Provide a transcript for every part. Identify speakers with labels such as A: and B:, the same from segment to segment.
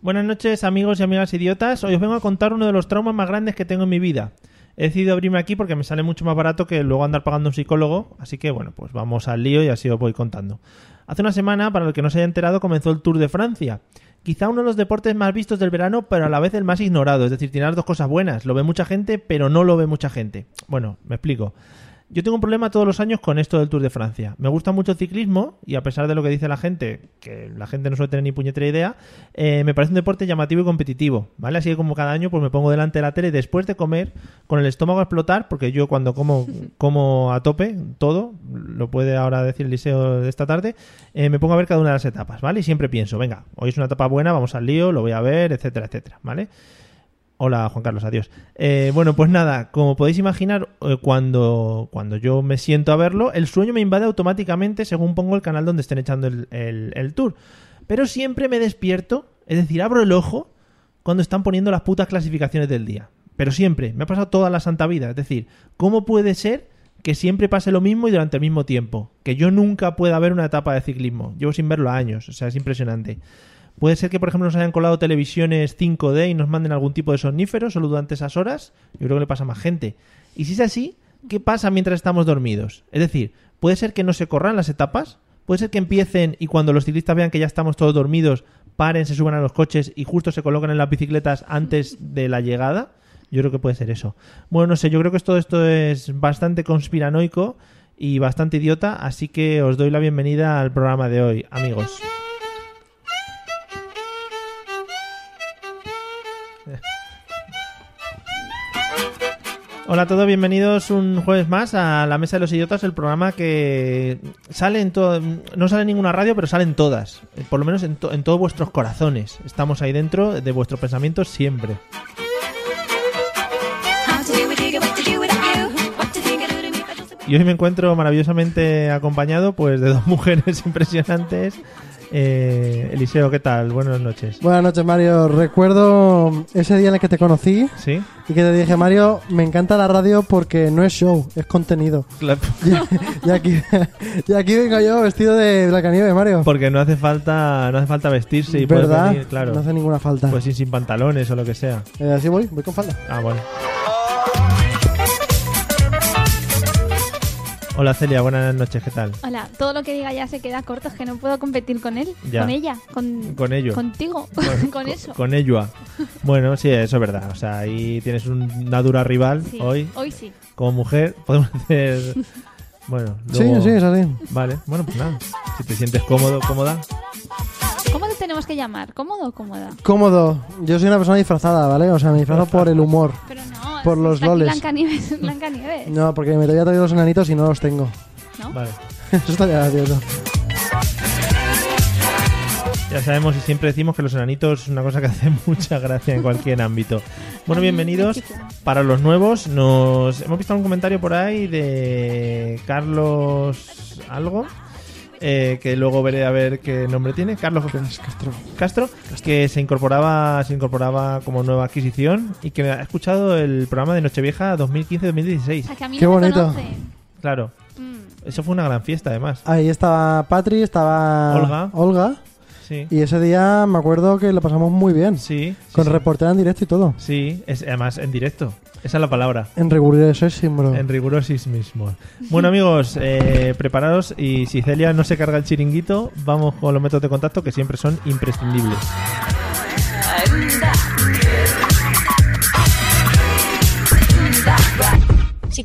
A: Buenas noches, amigos y amigas idiotas. Hoy os vengo a contar uno de los traumas más grandes que tengo en mi vida. He decidido abrirme aquí porque me sale mucho más barato que luego andar pagando un psicólogo. Así que, bueno, pues vamos al lío y así os voy contando. Hace una semana, para el que no se haya enterado, comenzó el Tour de Francia. Quizá uno de los deportes más vistos del verano, pero a la vez el más ignorado. Es decir, tiene las dos cosas buenas. Lo ve mucha gente, pero no lo ve mucha gente. Bueno, me explico. Yo tengo un problema todos los años con esto del Tour de Francia. Me gusta mucho el ciclismo y a pesar de lo que dice la gente, que la gente no suele tener ni puñetera idea, eh, me parece un deporte llamativo y competitivo, ¿vale? Así que como cada año pues me pongo delante de la tele después de comer, con el estómago a explotar, porque yo cuando como, como a tope todo, lo puede ahora decir el liceo de esta tarde, eh, me pongo a ver cada una de las etapas, ¿vale? Y siempre pienso, venga, hoy es una etapa buena, vamos al lío, lo voy a ver, etcétera, etcétera, ¿vale? Hola Juan Carlos, adiós. Eh, bueno, pues nada, como podéis imaginar, eh, cuando, cuando yo me siento a verlo, el sueño me invade automáticamente según pongo el canal donde estén echando el, el- el tour. Pero siempre me despierto, es decir, abro el ojo cuando están poniendo las putas clasificaciones del día. Pero siempre, me ha pasado toda la santa vida. Es decir, ¿cómo puede ser que siempre pase lo mismo y durante el mismo tiempo? Que yo nunca pueda ver una etapa de ciclismo. Llevo sin verlo años, o sea, es impresionante. Puede ser que, por ejemplo, nos hayan colado televisiones 5D y nos manden algún tipo de somnífero solo durante esas horas. Yo creo que le pasa a más gente. Y si es así, ¿qué pasa mientras estamos dormidos? Es decir, puede ser que no se corran las etapas, puede ser que empiecen y cuando los ciclistas vean que ya estamos todos dormidos, paren, se suban a los coches y justo se colocan en las bicicletas antes de la llegada. Yo creo que puede ser eso. Bueno, no sé, yo creo que todo esto es bastante conspiranoico y bastante idiota, así que os doy la bienvenida al programa de hoy, amigos. Hola a todos, bienvenidos un jueves más a La Mesa de los Idiotas, el programa que sale en todo, no sale en ninguna radio, pero salen todas, eh, por lo menos en, to- en todos vuestros corazones. Estamos ahí dentro de vuestros pensamientos siempre. Y hoy me encuentro maravillosamente acompañado pues de dos mujeres impresionantes. Eh, Eliseo, ¿qué tal? Buenas noches.
B: Buenas noches, Mario. Recuerdo ese día en el que te conocí
A: ¿Sí?
B: y que te dije, Mario, me encanta la radio porque no es show, es contenido.
A: Claro.
B: Y aquí, y aquí vengo yo vestido de Blancanieves, Mario.
A: Porque no hace falta, no hace falta vestirse y puedes
B: ¿Verdad?
A: venir, claro.
B: No hace ninguna falta.
A: Pues sí, sin pantalones o lo que sea.
B: Eh, así voy, voy con falda.
A: Ah, bueno. Hola Celia, buenas noches, ¿qué tal?
C: Hola, todo lo que diga ya se queda corto, es que no puedo competir con él,
A: Ya.
C: con ella, con,
A: Con ello.
C: contigo, con eso.
A: Con Elloa. Bueno, sí, eso es verdad. O sea, ahí tienes un- una dura rival
C: Sí,
A: hoy.
C: sí.
A: Como mujer podemos hacer... Bueno,
B: Sí,
A: luego-
B: sí, es así.
A: Vale, bueno, pues nada. Si te sientes cómodo, cómoda.
C: ¿Cómo te tenemos que llamar? ¿Cómodo o cómoda?
B: Cómodo. Yo soy una persona disfrazada, ¿vale? O sea, me disfrazo por el humor.
C: Pero no,
B: Por los
C: está
B: loles.
C: Aquí Blancanieves, Blancanieves.
B: No, porque me había traído los enanitos y no los tengo.
A: Vale.
B: Eso estaría gracioso.
A: Ya sabemos y siempre decimos que los enanitos es una cosa que hace mucha gracia en cualquier ámbito. Bueno, bienvenidos. Para los nuevos, nos hemos visto un comentario por ahí de Carlos algo, eh, que luego veré a ver qué nombre tiene. Carlos
B: Castro.
A: Castro, que se incorporaba, se incorporaba como nueva adquisición y que ha escuchado el programa de Nochevieja
C: O
A: 2015-2016.
C: sea, que a mí
B: Qué
C: no me
B: bonito. Ah,
C: conoce.
A: Claro,
C: Mm,
A: eso fue una gran fiesta además.
B: Ahí estaba Patri, estaba
A: Olga.
B: Olga.
A: Sí,
B: Ah, Y ese día me acuerdo que lo pasamos muy bien.
A: sí, sí,
B: Con
A: sí.
B: reportera en directo y todo.
A: Sí, es, además en directo. Esa es la palabra.
B: En rigurosis, bro.
A: En rigurosis mismo. Bueno, amigos, eh, prepararos y si Celia no se carga el chiringuito, vamos con los métodos de contacto que siempre son imprescindibles.
D: Si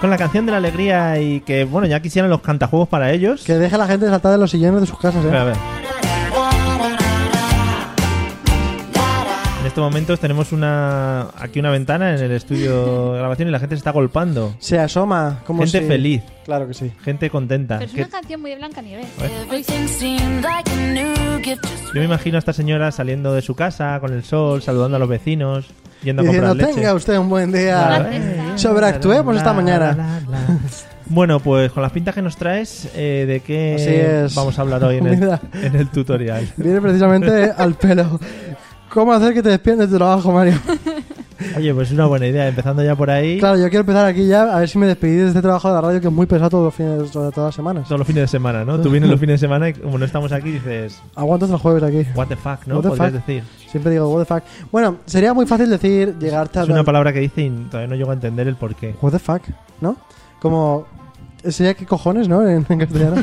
A: con la canción de la alegría y que, bueno, ya quisieran los cantajuegos para ellos.
B: Que deja a la gente saltar de los sillones de sus casas,
A: A ver, a
B: ¿eh?
A: ver. En estos momentos tenemos una aquí una ventana en el estudio de grabación y la gente se está golpando.
B: Se asoma. Como
A: Gente
B: si-
A: feliz.
B: Claro que sí.
A: Gente contenta.
C: Pero es
A: Que-
C: una canción muy de Blanca Nieves.
A: yo me imagino a esta señora saliendo de su casa con el sol, saludando a los vecinos, yendo a
B: Diciendo,
A: comprar leche.
B: tenga usted un buen
A: Claro,
B: día.
A: ¿eh?
B: Sobreactuemos esta mañana.
A: La, la, la. Bueno, pues con las pintas que nos traes, eh, ¿de
B: Así
A: qué
B: es.
A: vamos a hablar hoy en el,
B: Mira.
A: en el tutorial?
B: Viene precisamente al pelo. ¿Cómo hacer que te despiden de tu trabajo, Mario?
A: Oye, pues es una buena idea, empezando ya por ahí,
B: Claro, yo quiero empezar aquí ya, a ver si me despedí de este trabajo de la radio que es muy pesado todos los fines, todas las semanas.
A: todos los fines de semana, ¿no? Tú vienes los fines de semana y como no estamos aquí dices,
B: Aguanto hasta el jueves aquí.
A: what the fuck, ¿no?
B: What the
A: Podrías
B: fuck.
A: decir.
B: Siempre digo, what the fuck. Bueno, sería muy fácil decir, llegar
A: Es
B: tarde.
A: una palabra que dice y todavía no llego a entender el porqué.
B: What the fuck, ¿no? Como. Sería qué cojones, ¿no? En, en castellano.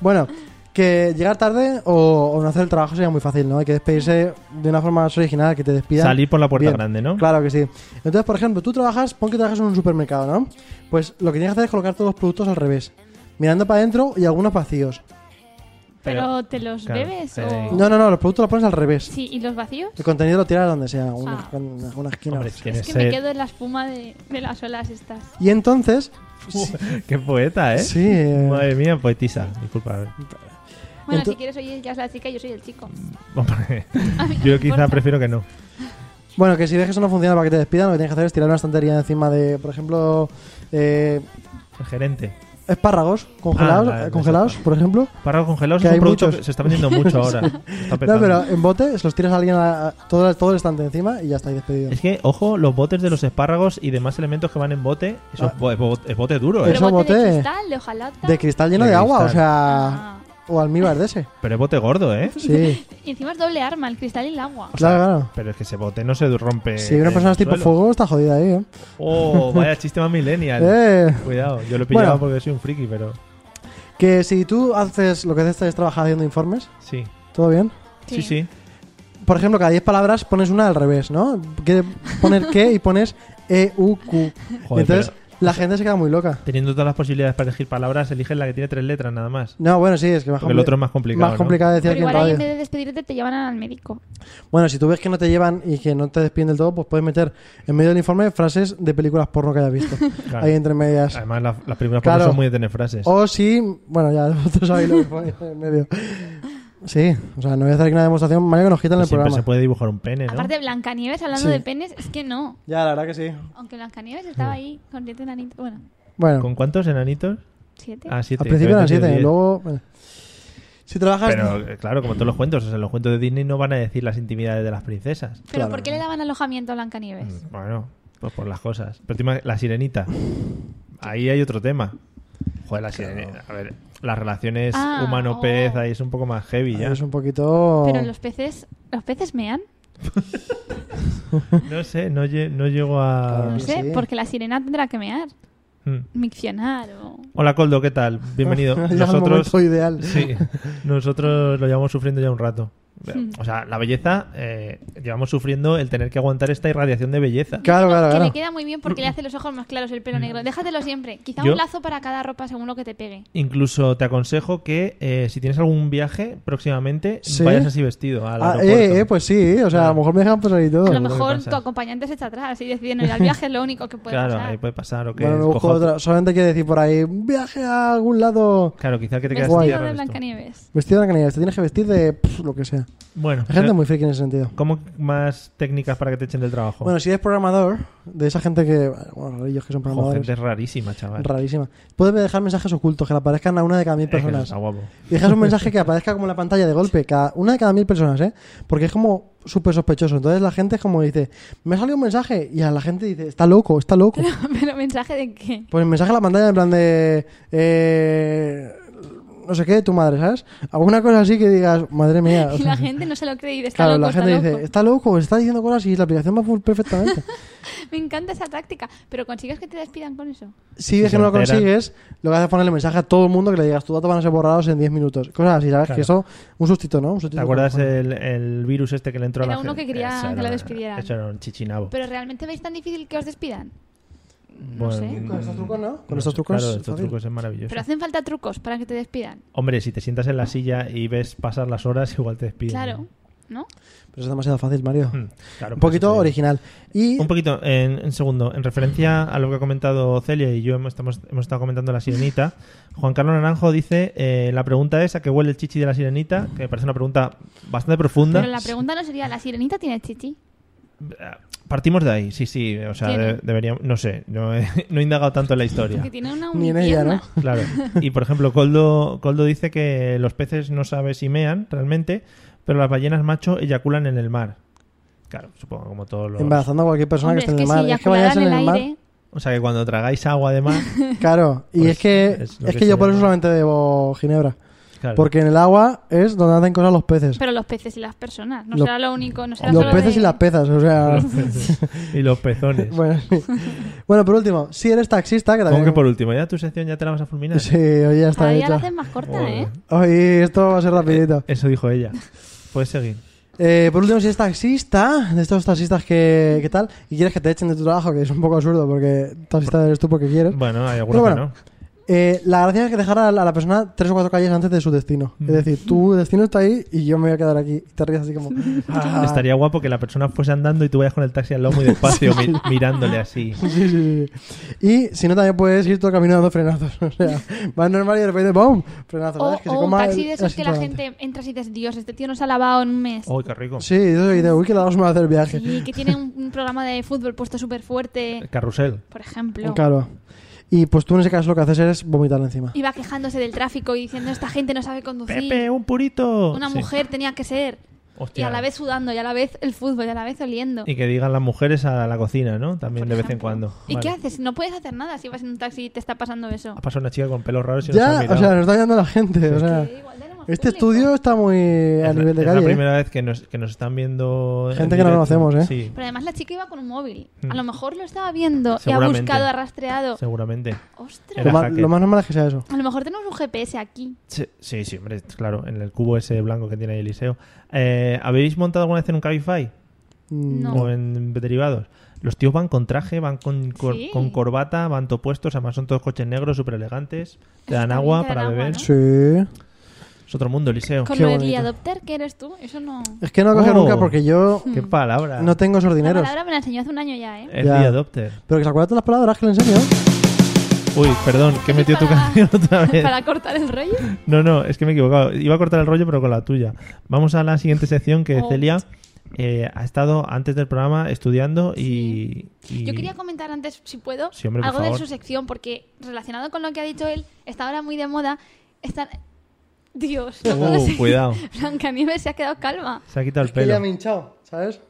B: bueno, que llegar tarde o, o no hacer el trabajo sería muy fácil, ¿no? Hay que despedirse de una forma más original, que te despidan.
A: Salir por la puerta
B: Bien,
A: grande, ¿no?
B: Claro que sí. Entonces, por ejemplo, tú trabajas, pon que trabajas en un supermercado, ¿no? Pues lo que tienes que hacer es colocar todos los productos al revés, mirando para adentro y algunos vacíos.
C: Pero te los
A: claro,
C: bebes
A: eh,
C: o.
B: No, no, no, los productos los pones al revés.
C: Sí, y los vacíos.
B: El contenido lo tiras donde sea, una,
C: Ah.
B: una, una esquina.
A: Hombre, tienes
C: Es que me
A: sed.
C: quedo en la espuma de, de las olas estas.
B: Y entonces,
A: Qué poeta, ¿eh?
B: sí, eh,
A: Madre mía, poetisa. Disculpa.
C: Bueno,
B: Ento-
C: si quieres, oye, ya es la chica y yo soy el chico.
A: Hombre,
C: A mí no
A: Yo
C: me
A: quizá
C: importa.
A: prefiero que no.
B: bueno, que si ves que eso no funciona para que te despidan, lo que tienes que hacer es tirar una estantería encima de, por ejemplo, eh,
A: El gerente.
B: espárragos congelados,
A: Ah, vale,
B: eh, congelados,
A: exacto.
B: por ejemplo.
A: Párragos congelados
B: Que
A: es un
B: hay
A: producto
B: muchos.
A: que se está vendiendo mucho ahora. Se está
B: No,
A: petando.
B: pero en bote, se los tiras a alguien a- a- todo, el- todo el estante encima y ya estáis despedido.
A: Es que, ojo, los botes de los espárragos y demás elementos que van en bote,
B: Ah.
A: eso es bo- es, bo- es bote duro, ¿eh?
B: Eso
C: Pero bote
B: boté.
C: de cristal, de hojalata.
B: De cristal lleno
A: De
B: de, agua, o
A: cristal.
B: sea,
C: Ah.
B: o almíbar de ese.
A: Pero es bote gordo, ¿eh?
B: Sí,
C: Y encima es doble arma, el cristal y el agua.
A: sea,
B: claro, claro.
A: Pero es que ese bote no se rompe.
B: Si una
A: en
B: persona
A: el
B: es tipo
A: suelo.
B: fuego, está jodida ahí, ¿eh?
A: Oh, vaya chiste más millennial.
B: Eh,
A: Cuidado, yo lo he pillado
B: Bueno.
A: porque soy un friki, pero
B: que si tú haces lo que haces es trabajar haciendo informes,
A: sí.
B: ¿todo bien?
A: Sí, sí.
B: Por ejemplo, cada 10 palabras pones una al revés, ¿no? Quieres poner qué y pones E E-U-Q.
A: Joder,
B: Entonces, la gente se queda muy loca.
A: Teniendo todas las posibilidades para elegir palabras, eliges la que tiene tres letras nada más.
B: No, bueno, sí, es que más
A: Porque el
B: compli-
A: otro es más complicado,
B: Más
A: ¿no?
B: complicado decir
C: Pero
B: aquí en
C: igual ahí en vez
B: radio.
C: de despedirte te llevan al médico.
B: Bueno, si tú ves que no te llevan y que no te despiden del todo, pues puedes meter en medio del informe frases de películas porno que hayas visto.
A: Claro.
B: Ahí entre medias.
A: Además, la- las primeras
B: Claro.
A: palabras son muy de tener frases.
B: O si, bueno, ya vosotros sabéis lo que ponéis en medio. Sí, o sea, no voy a hacer aquí una demostración, Mario, que nos quitan el
A: Pues Siempre se
B: programa.
A: puede dibujar un pene, ¿no?
C: Aparte de Blancanieves, hablando
B: Sí.
C: de penes, es que no.
B: Ya, la verdad que sí.
C: Aunque Blancanieves estaba ahí con siete enanitos. Bueno,
B: Bueno,
A: ¿Con cuántos enanitos?
C: siete.
A: Ah, siete.
B: al principio
A: Yo
B: eran
A: he entendido
B: 7,
A: diez.
B: luego... bueno. Si trabajas...
A: Pero eh, claro, como todos los cuentos, o sea, los cuentos de Disney no van a decir las intimidades de las princesas.
C: Pero
B: claro.
C: ¿por qué le daban alojamiento a Blancanieves?
B: Mm,
A: Bueno, pues por las cosas. Pero tú imag- la sirenita. Ahí hay otro tema. Joder, la sirenita. A ver, las relaciones
C: Ah,
A: humano-pez
C: oh.
A: ahí es un poco más heavy ya.
B: Ah, Es un poquito...
A: Oh.
C: Pero los peces, ¿los peces mean?
A: No sé, no, lle- no llego a.
B: Claro.
C: No sé,
B: sí.
C: porque la sirena tendrá que mear.
A: Mm.
C: Miccionar o...
A: Hola, Coldo, ¿qué tal? Bienvenido.
B: Ya es el
A: Nosotros.
B: momento ideal.
A: Sí, nosotros lo llevamos sufriendo ya un rato.
C: Hmm.
A: O sea, la belleza, eh, llevamos sufriendo el tener que aguantar esta irradiación de belleza.
B: Claro, claro,
C: Que
B: claro.
C: le queda muy bien porque le hace los ojos más claros, el pelo negro. Déjatelo siempre. Quizá
A: Mm. Yo-
C: un lazo para cada ropa según lo que te pegue.
A: Incluso te aconsejo que eh, si tienes algún viaje próximamente,
B: ¿Sí?
A: vayas así vestido al
B: Ah,
A: aeropuerto.
B: eh, eh, pues sí, o sea, a lo mejor me dejan pasar y todo.
C: A lo
A: lo que
C: mejor
A: pasa.
C: tu acompañante se echa atrás y decide no ir al viaje, es lo único que puede
A: claro,
C: pasar.
A: ahí puede pasar. O que
B: Bueno, me busco
A: cojote.
B: otra. Solamente quiero decir por ahí, un viaje a algún lado...
A: Claro, quizá que te
C: Vestido
A: quedas sin
B: Guay.
C: de
A: llevar esto.
C: Blancanieves.
B: Vestido de canilla, te tienes que vestir de pff, lo que sea.
A: Bueno,
B: Hay gente
A: pero-
B: muy friki en ese sentido.
A: ¿cómo más técnicas para que te echen del trabajo?
B: Bueno, si eres programador, de esa gente que. Bueno, ellos que son
A: Jo,
B: programadores.
A: gente rarísima, chaval.
B: rarísima. Puedes dejar mensajes ocultos que le aparezcan a una de cada mil
A: Es que eso
B: personas.
A: está guapo.
B: Y dejas un mensaje que aparezca como en la pantalla de golpe, cada, una de cada mil personas, ¿eh? Porque es como súper sospechoso. Entonces la gente es como dice: Me ha salido un mensaje. Y a la gente dice: Está loco, está loco.
C: Pero mensaje de qué?
B: Pues el mensaje a la pantalla en plan de. eh, no sé qué, de tu madre, ¿sabes? Alguna cosa así que digas: Madre mía. o
C: Y
B: sea,
C: la gente no se lo cree y dice, está
B: Claro,
C: loco,
B: la gente
C: está
B: dice,
C: loco.
B: está loco, está diciendo cosas y la aplicación va full perfectamente.
C: Me encanta esa táctica, pero consigues que te despidan con eso.
B: si ves
A: se
B: que no lo
A: enteran.
B: consigues, lo que haces es ponerle mensaje a todo el mundo que le digas, tus datos van a ser borrados en 10 minutos. Cosas así, ¿sabes?
A: Claro.
B: Que eso, un sustito, ¿no? Un
A: ¿Te
B: sustituto
A: acuerdas
B: como-
A: el, el virus este que le entró a la
C: Era uno
A: gente?
C: que quería
A: Eso
C: que
A: era
C: lo
A: una-
C: despidieran.
A: Eso era un chichinabo.
C: Pero realmente veis tan difícil que os despidan. No sé.
B: Con estos trucos, ¿no? Con estos trucos.
A: mm, Claro, estos
B: fácil.
A: trucos es maravilloso.
C: Pero hacen falta trucos para que te despidan.
A: Hombre, si te sientas en la silla y ves pasar las horas, igual te despiden.
C: Claro, ¿no?
B: Pero es demasiado fácil, Mario.
A: Mm, claro, por eso
B: Un
A: te
B: poquito
A: digo.
B: original. Y
A: Un poquito, en, en segundo, en referencia a lo que ha comentado Celia y yo hemos, estamos- hemos estado comentando la sirenita, Juan Carlos Naranjo dice, eh, la pregunta es a qué huele el chichi de la sirenita, que me parece una pregunta bastante profunda.
C: Pero la pregunta no sería, ¿la sirenita tiene chichi?
A: Partimos de ahí, sí, sí, o sea,
C: Tiene.
A: de- deberíamos, no sé, no he, no he indagado tanto en la historia.
C: Que tiene una
B: Ni en ella,
C: unipierna.
B: ¿no?
A: Claro. Y por ejemplo, Coldo, Coldo dice que los peces no sabe si mean realmente, pero las ballenas macho eyaculan en el mar. Claro, supongo como todos los...
B: embarazando a cualquier persona
C: Hombre,
B: que
C: es
B: esté
C: que
B: en
C: si
B: el mar. Es que
C: eyacularan
B: vayas en
C: en
B: el
C: el
B: mar.
C: aire...
A: O sea que cuando tragáis agua de mar...
B: Claro. Y
A: Pues
B: es que,
A: es
B: es,
A: lo que
B: que, yo
A: se
B: por eso
A: llama.
B: solamente bebo Ginebra.
A: Claro.
B: Porque en el agua es donde hacen cosas los peces.
C: Pero los peces y las personas. No
B: Los-
C: será lo único. No será
B: Los
C: solo
B: peces
C: de-
B: y las pezas, o sea.
A: y los pezones.
B: bueno, sí. bueno, por último, si eres taxista, que
A: Como
B: también.
A: que por último, ya tu sección ya te la vas a fulminar.
B: Sí, hoy ya está
C: Cada día la
B: hecho.
C: hacen más corta,
A: Joder.
C: ¿eh?
B: Hoy esto va a ser rapidito.
A: Eh, Eso dijo ella. Puedes seguir.
B: Eh, por último, si eres taxista, de estos taxistas que, que tal, y quieres que te echen de tu trabajo, que es un poco absurdo porque taxista eres tú porque quieres,
A: Bueno, hay algunos
B: Pero
A: que
B: bueno.
A: no.
B: eh, la gracia es que dejar a la, a la persona tres o cuatro calles antes de su destino. Es decir, tu destino está ahí y yo me voy a quedar aquí. Y te ríes así como... ah.
A: Estaría guapo que la persona fuese andando y tú vayas con el taxi al lado muy despacio, mi- mirándole así.
B: Sí, sí, sí, sí. Y si no, también puedes ir todo el camino dando frenazos. O sea, vas normal y de repente ¡boom! Frenazo.
C: O,
B: ¿sabes? Que se
C: o un
B: coma
C: taxi
B: el-
C: de
B: el
C: esos que
B: asiento
C: la
B: delante.
C: gente entra y dices, Dios, este tío no se ha lavado en un mes.
A: ¡Uy, qué rico!
B: Sí, eso y de uy, que la vamos a hacer el viaje.
C: Y que tiene un, un programa de fútbol puesto súper fuerte,
A: Carrusel.
C: por ejemplo.
B: Claro. Y pues tú en ese caso lo que haces es vomitar encima.
C: Iba quejándose del tráfico y diciendo, esta gente no sabe conducir.
A: ¡Pepe, un purito!
C: Una
A: Sí.
C: mujer tenía que ser.
A: Hostia.
C: Y a la vez sudando, y a la vez el fútbol, y a la vez oliendo.
A: Y que digan las mujeres a la cocina, ¿no? También
C: por
A: de vez en
C: ejemplo.
A: cuando.
C: ¿Y
A: Vale.
C: qué haces? No puedes hacer nada si vas en un taxi y te está pasando eso.
A: Ha pasado una chica con pelos raros y nos ha
B: ya, o
A: mirado.
B: sea, nos está ayudando la gente. O sea,
C: Que igual tenemos
B: este
C: público.
B: estudio está muy a
A: es la,
B: nivel de
A: es la
B: calle. ¿eh?
A: primera vez que nos, que nos están viendo. en
B: Gente que no
A: directo.
B: conocemos, ¿eh?
A: Sí,
C: Pero además la chica iba con un móvil.
A: Mm.
C: A lo mejor lo estaba viendo y ha
A: Seguramente.
C: buscado, ha rastreado.
A: seguramente.
C: ¡Ostras!
B: Lo,
A: Era
B: más,
A: hacker.
B: lo más normal es que sea eso.
C: A lo mejor tenemos un GPS aquí.
A: Sí, sí, sí, hombre, claro, en el cubo ese blanco que tiene ahí Eliseo. Eh, ¿Habéis montado alguna vez en un Cabify?
B: Mm,
C: No.
A: O en derivados. Los tíos van con traje, van con, cor-
C: Sí.
A: con corbata, van topuestos, además son todos coches negros, súper elegantes. Te dan
C: Está bien,
A: agua
C: te dan
A: para
C: agua,
A: beber.
C: ¿no?
B: Sí.
A: Es otro mundo, Eliseo.
C: Con
B: Qué
C: lo del
B: bonito.
C: Early Adopter, que eres tú? Eso no...
B: Es que no coge
A: Oh.
B: nunca porque yo
A: Qué
C: Mm.
A: palabra.
B: no tengo esos
C: La
B: dineros.
C: palabra me la enseñó hace un año ya, ¿eh?
A: El
B: Ya.
A: día adopter.
B: Pero que se acuerda todas las palabras que le enseño.
A: Uy, perdón, que he metido tu
C: para-
A: canción otra vez.
C: Para cortar el rollo.
A: No, no, es que me he equivocado. Iba a cortar el rollo, pero con la tuya. Vamos a la siguiente sección que
C: Oh.
A: Celia eh, ha estado antes del programa estudiando y. y-
C: Yo quería comentar antes, si puedo,
A: Sí, hombre, por
C: algo de
A: favor.
C: su sección, porque relacionado con lo que ha dicho él, está ahora muy de moda. Está... Dios, no puedo
A: Oh,
C: seguir.
A: cuidado.
C: Blancanieves se ha quedado calma.
A: Se ha quitado el
B: Es que ya
A: pelo.
B: me he hinchado, ¿sabes?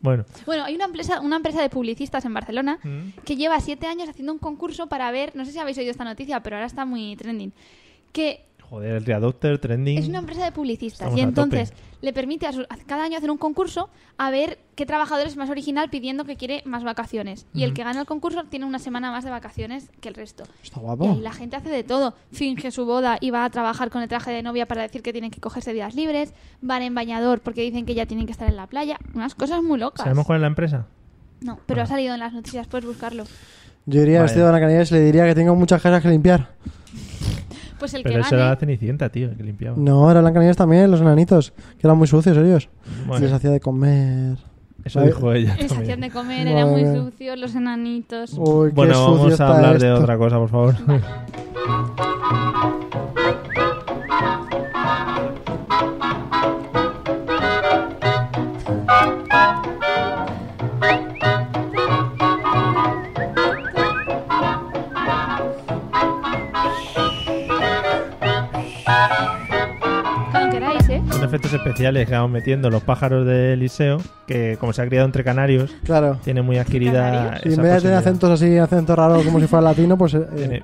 A: Bueno,
C: Bueno, hay una empresa, una empresa de publicistas en Barcelona
A: Mm.
C: que lleva siete años haciendo un concurso para ver, no sé si habéis oído esta noticia, pero ahora está muy trending, que
A: joder, el readopter, trending.
C: es una empresa de publicistas
A: Estamos
C: y
A: a
C: entonces
A: tope.
C: le permite a su- a cada año hacer un concurso a ver qué trabajador es más original pidiendo que quiere más vacaciones. Y
A: Mm.
C: el que gana el concurso tiene una semana más de vacaciones que el resto.
B: Está
C: Y
B: guapo.
C: ahí la gente hace de todo. Finge su boda y va a trabajar con el traje de novia para decir que tienen que cogerse días libres. Van en bañador porque dicen que ya tienen que estar en la playa. Unas cosas muy locas.
A: ¿Sabemos cuál es la empresa?
C: No, pero ha salido en las noticias, puedes buscarlo.
B: Yo iría
A: Vale.
B: vestido de Anacanías y le diría que tengo muchas casas que limpiar.
C: Pues el
A: Pero
C: que
A: esa era la
C: gane.
A: cenicienta, tío, el que limpiaba.
B: No, eran Blancanieves también, los enanitos, que eran muy sucios ellos.
A: Bueno,
B: Les hacía de comer.
A: eso
B: Vale.
A: dijo ella.
C: Les
A: también.
C: hacían de comer, eran muy
A: eh.
B: Madre.
C: sucios, los enanitos.
B: Uy, qué
A: Bueno,
B: sucio
A: vamos
B: está
A: a hablar de
B: esto.
A: otra cosa, por favor.
C: Cuando queráis, ¿eh?
A: Son efectos especiales que vamos metiendo los pájaros de Eliseo, que como se ha criado entre canarios,
B: Claro.
A: tiene muy adquirida.
C: ¿Canarios?
B: Y
A: esa
B: en vez de tener
A: posibilidad.
B: acentos así, acento raro como si fuera latino, pues. eh,
A: Tiene-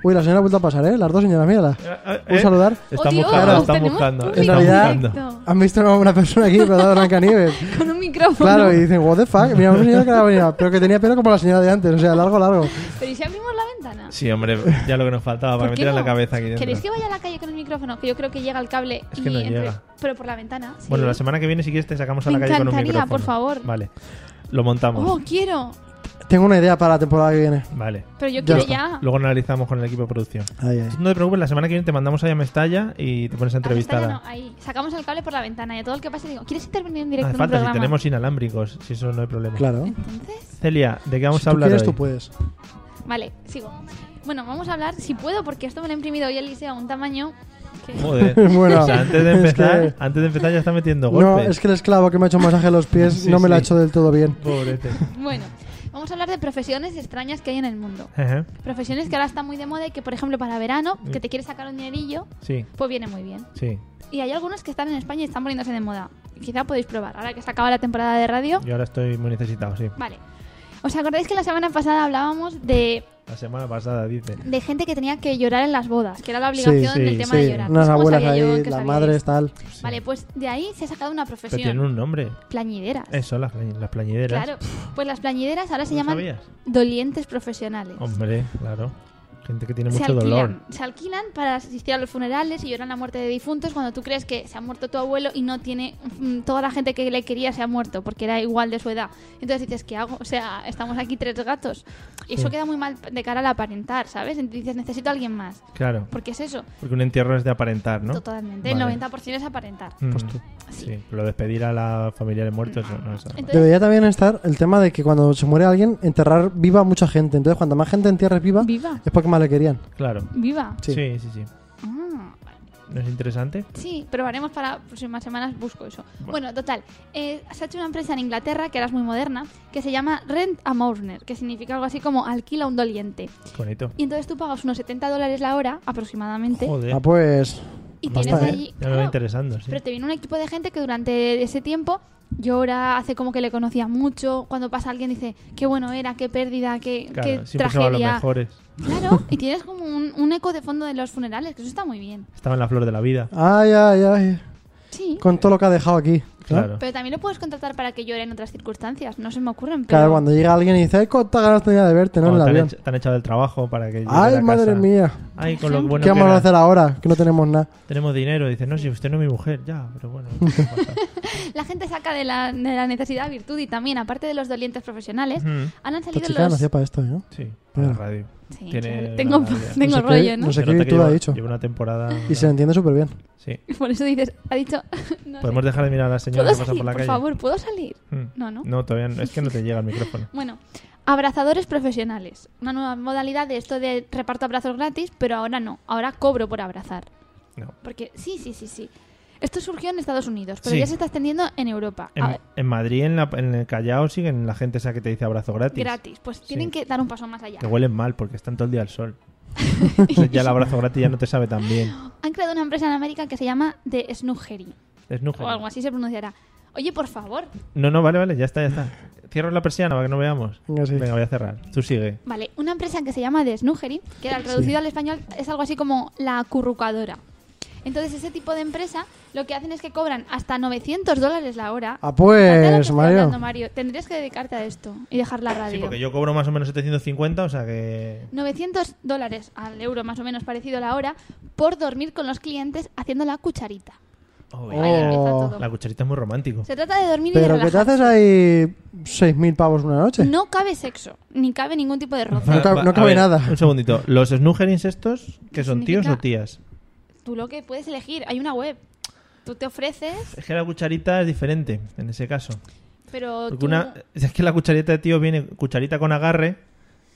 B: Uy, la señora ha vuelto a pasar, ¿eh? Las dos señoras, mírala.
A: Eh, eh,
B: Un saludar.
A: Está
C: ¡Oh, Dios!
A: buscando,
B: Claro.
A: está
C: Tenemos
A: buscando.
C: público
A: está
B: En realidad-
A: buscando.
C: directo,
B: Han visto a una persona aquí, pero ha dado Blancanieves.
C: Con un micrófono.
B: Claro, y dicen, what the fuck. Mira, un señor que la venía, pero que tenía pelo como la señora de antes, o sea, largo, largo.
C: Pero ¿y si abrimos la ventana?
A: Sí, hombre, ya lo que nos faltaba
C: ¿Por
A: para
C: qué
A: meter en la
C: no?
A: cabeza aquí dentro.
C: ¿Queréis que vaya a la calle con el micrófono? Que yo creo que llega el cable
A: Es que
C: y
A: no
C: entre-
A: llega.
C: Pero por la ventana. sí.
A: Bueno, la semana que viene, si quieres, te sacamos a
C: Me
A: la calle con un
C: encantaría,
A: micrófono.
C: por favor.
A: Vale, lo montamos.
C: ¡Oh, quiero!
B: Tengo una idea para la temporada que viene.
A: Vale.
C: Pero yo
B: Ya
C: quiero
B: está.
C: ya.
A: Luego analizamos con el equipo de producción.
B: Ahí, ahí.
A: No te preocupes, la semana que viene te mandamos allá a Mestalla y te pones
C: A ver, está ya
A: entrevistada.
C: no, ahí. Sacamos el cable por la ventana y a todo el que pase digo, ¿quieres intervenir en directo en
A: Hace
C: un
A: Ah, falta, si
C: programa?
A: tenemos inalámbricos, si eso no hay problema.
B: Claro.
C: Entonces,
A: Celia, ¿de qué vamos
B: si
A: a
B: tú
A: hablar
B: quieres,
A: hoy?
B: tú puedes.
C: vale, sigo. Bueno, vamos a hablar, si puedo, porque esto me lo ha imprimido hoy Eliseo a un tamaño que...
A: Joder.
B: Bueno,
A: O sea, antes de
B: es
A: empezar,
B: que-
A: antes de empezar ya está metiendo
B: No,
A: golpes.
B: es que el esclavo que me ha hecho masaje en los pies
A: Sí,
B: no me lo ha
A: sí.
B: hecho del todo bien.
A: Pobrete.
C: Bueno, vamos a hablar de profesiones extrañas que hay en el mundo.
A: Ajá,
C: Profesiones que ahora están muy de moda y que, por ejemplo, para verano,
A: Mm.
C: que te quieres sacar un dinerillo,
A: sí,
C: pues viene muy bien.
A: sí.
C: Y hay algunos que están en España y están poniéndose de moda. Quizá podéis probar. Ahora que se acaba la temporada de radio.
A: Yo ahora estoy muy necesitado, sí.
C: Vale. ¿Os acordáis que la semana pasada hablábamos de,
A: La semana pasada, dice.
C: de gente que tenía que llorar en las bodas? Que era la obligación
A: sí,
C: del tema de
B: Sí,
C: llorar.
B: unas
C: Pues, ¿cómo
B: abuelas
C: sabía yo
B: ahí,
C: que
B: las
C: sabíais?
B: madres, tal.
C: Vale, pues de ahí se ha sacado una
A: Pero
C: profesión.
A: tiene un nombre.
C: Plañideras.
A: Eso, las, pla- las plañideras.
C: Claro. Pues las plañideras ahora se
A: ¿No
C: llaman
A: sabías?
C: dolientes profesionales.
A: Hombre, claro. Gente que tiene
C: se
A: mucho
C: alquilan,
A: dolor.
C: se alquilan para asistir a los funerales y lloran la muerte de difuntos cuando tú crees que se ha muerto tu abuelo y no tiene mm, toda la gente que le quería se ha muerto porque era igual de su edad. Entonces dices, ¿qué hago? O sea, estamos aquí tres gatos. Y eso
A: Sí.
C: queda muy mal de cara al aparentar, ¿sabes? Entonces dices, necesito a alguien más.
A: Claro.
C: Porque es eso,
A: Porque un entierro es de aparentar, ¿no?
C: totalmente.
A: Vale.
C: El 90% es aparentar.
A: Mm,
B: Pues tú.
A: Sí, pero despedir a la familiares muertos no, no es algo.
C: Entonces,
B: Debería también estar el tema de que cuando se muere alguien, enterrar viva a mucha gente. Entonces, cuando más gente entierres viva,
C: viva,
B: es porque más le querían.
A: Claro.
C: viva.
B: Sí.
A: Sí, sí, sí.
C: Ah, vale.
A: ¿No es interesante?
C: Sí, probaremos para próximas semanas, busco eso. Bueno, total. eh, se ha hecho una empresa en Inglaterra, que ahora es muy moderna, que se llama Rent a Mourner, que significa algo así como alquila un doliente.
A: Bonito.
C: Y entonces tú pagas unos 70 dólares la hora aproximadamente
A: Joder.
B: Ah, pues.
C: y
B: basta,
C: tienes
B: ¿eh?
C: allí...
A: Ya me va
C: claro,
A: interesando, sí.
C: pero te viene un equipo de gente que durante ese tiempo llora, hace como que le conocía mucho, cuando pasa alguien dice, qué bueno era, qué pérdida, qué,
A: Claro,
C: qué
A: siempre se va a los
C: tragedia.
A: mejores.
C: Claro, y tienes como un, un eco de fondo de los funerales, que eso está muy bien.
A: Estaba en la flor de la vida.
B: Ay, ay, ay.
C: Sí.
B: Con todo lo que ha dejado aquí. ¿no?
A: Claro.
C: Pero también lo puedes contratar para que llore en otras circunstancias. No se me ocurren. Pero...
B: Claro, cuando llega alguien y dice, ay, cuántas ganas tenía de verte, ¿no? En
A: Cuando
B: el
A: te, han
B: avión.
A: hecho- te han echado del trabajo para que llegue a
B: Ay,
A: la
B: madre
A: casa.
B: mía.
A: Ay, con lo bueno
B: ¿Qué
A: que
B: vamos a
A: era.
B: hacer ahora? Que no tenemos nada.
A: Tenemos dinero. Dices, no, si usted no es mi mujer, ya, pero bueno. ¿qué pasa?
C: La gente saca de la, de la necesidad virtud y también, aparte de los dolientes profesionales,
A: Ujú.
C: han
B: Esta
C: salido
B: Pues chica
C: los...
B: nació para esto, ¿no?
A: Sí, para la radio.
C: Sí,
A: Tiene
C: claro. tengo
A: una idea.
C: tengo
B: No sé qué-
C: rollo, ¿no?
B: no sé
A: Se
B: qué
A: nota que
B: virtud ha
A: lleva-
B: dicho.
A: Lleva una temporada.
B: Y se le entiende súper bien.
A: Sí.
C: Por eso dices, ha dicho... no sé.
A: Podemos dejar de mirar a las señoras
C: ¿Puedo
A: que pasan
C: salir,
A: por la
C: por,
A: calle.
C: favor? ¿Puedo salir?
A: Mm.
C: No, no.
A: No, todavía no. Es que no te llega el micrófono.
C: Bueno, abrazadores profesionales. Una nueva modalidad de esto de reparto abrazos gratis, pero ahora no. Ahora cobro por abrazar.
A: No.
C: Porque sí, sí, sí, sí. Esto surgió en Estados Unidos, pero
A: Sí.
C: ya se está extendiendo en Europa. Ah, A
A: En,
C: ver,
A: en Madrid, en, la- en el Callao, siguen la gente esa que te dice abrazo gratis.
C: gratis. Pues tienen que dar un paso más allá.
A: Que huelen mal porque están todo el día al sol. Entonces ya el abrazo gratis ya no te sabe tan bien.
C: Han creado una empresa en América que se llama The Snuggery.
A: Es
C: O algo así se pronunciará. Oye, por favor.
A: No, no, vale, vale, ya está, ya está. Cierro la persiana para que no veamos.
B: Venga, sí.
A: voy a cerrar. Tú sigue.
C: Vale, una empresa que se llama The Snuggery, que al traducido al español es algo así como la acurrucadora. Entonces, ese tipo de empresa lo que hacen es que cobran hasta 900 dólares la hora. Fíjate
B: Ah,
C: lo que
B: pues,
C: estoy
B: Mario.
C: hablando, Mario. Tendrías que dedicarte a esto y dejar la radio.
A: Sí, porque yo cobro más o menos 750, o sea que.
C: 900 dólares al euro, más o menos parecido la hora, por dormir con los clientes haciendo la cucharita.
A: Oh,
C: Ahí
A: yeah.
C: empieza
B: Oh.
C: todo.
A: La cucharita es muy romántico.
C: Se trata de dormir y de
B: Pero que te
C: relajarse.
B: haces ahí 6.000 pavos una noche.
C: No cabe sexo, ni cabe ningún tipo de roce.
B: No cabe-
A: Ah, Va,
B: no
A: a
B: cabe
A: ver,
B: nada.
A: Un segundito. ¿Los snuggerings estos, que son
C: significa?
A: tíos o tías?
C: Tú lo que puedes elegir, hay una web. Tú te ofreces,
A: Es que la cucharita es diferente en ese caso.
C: pero
A: Porque
C: tú...
A: una, es que la cucharita de tío viene cucharita con agarre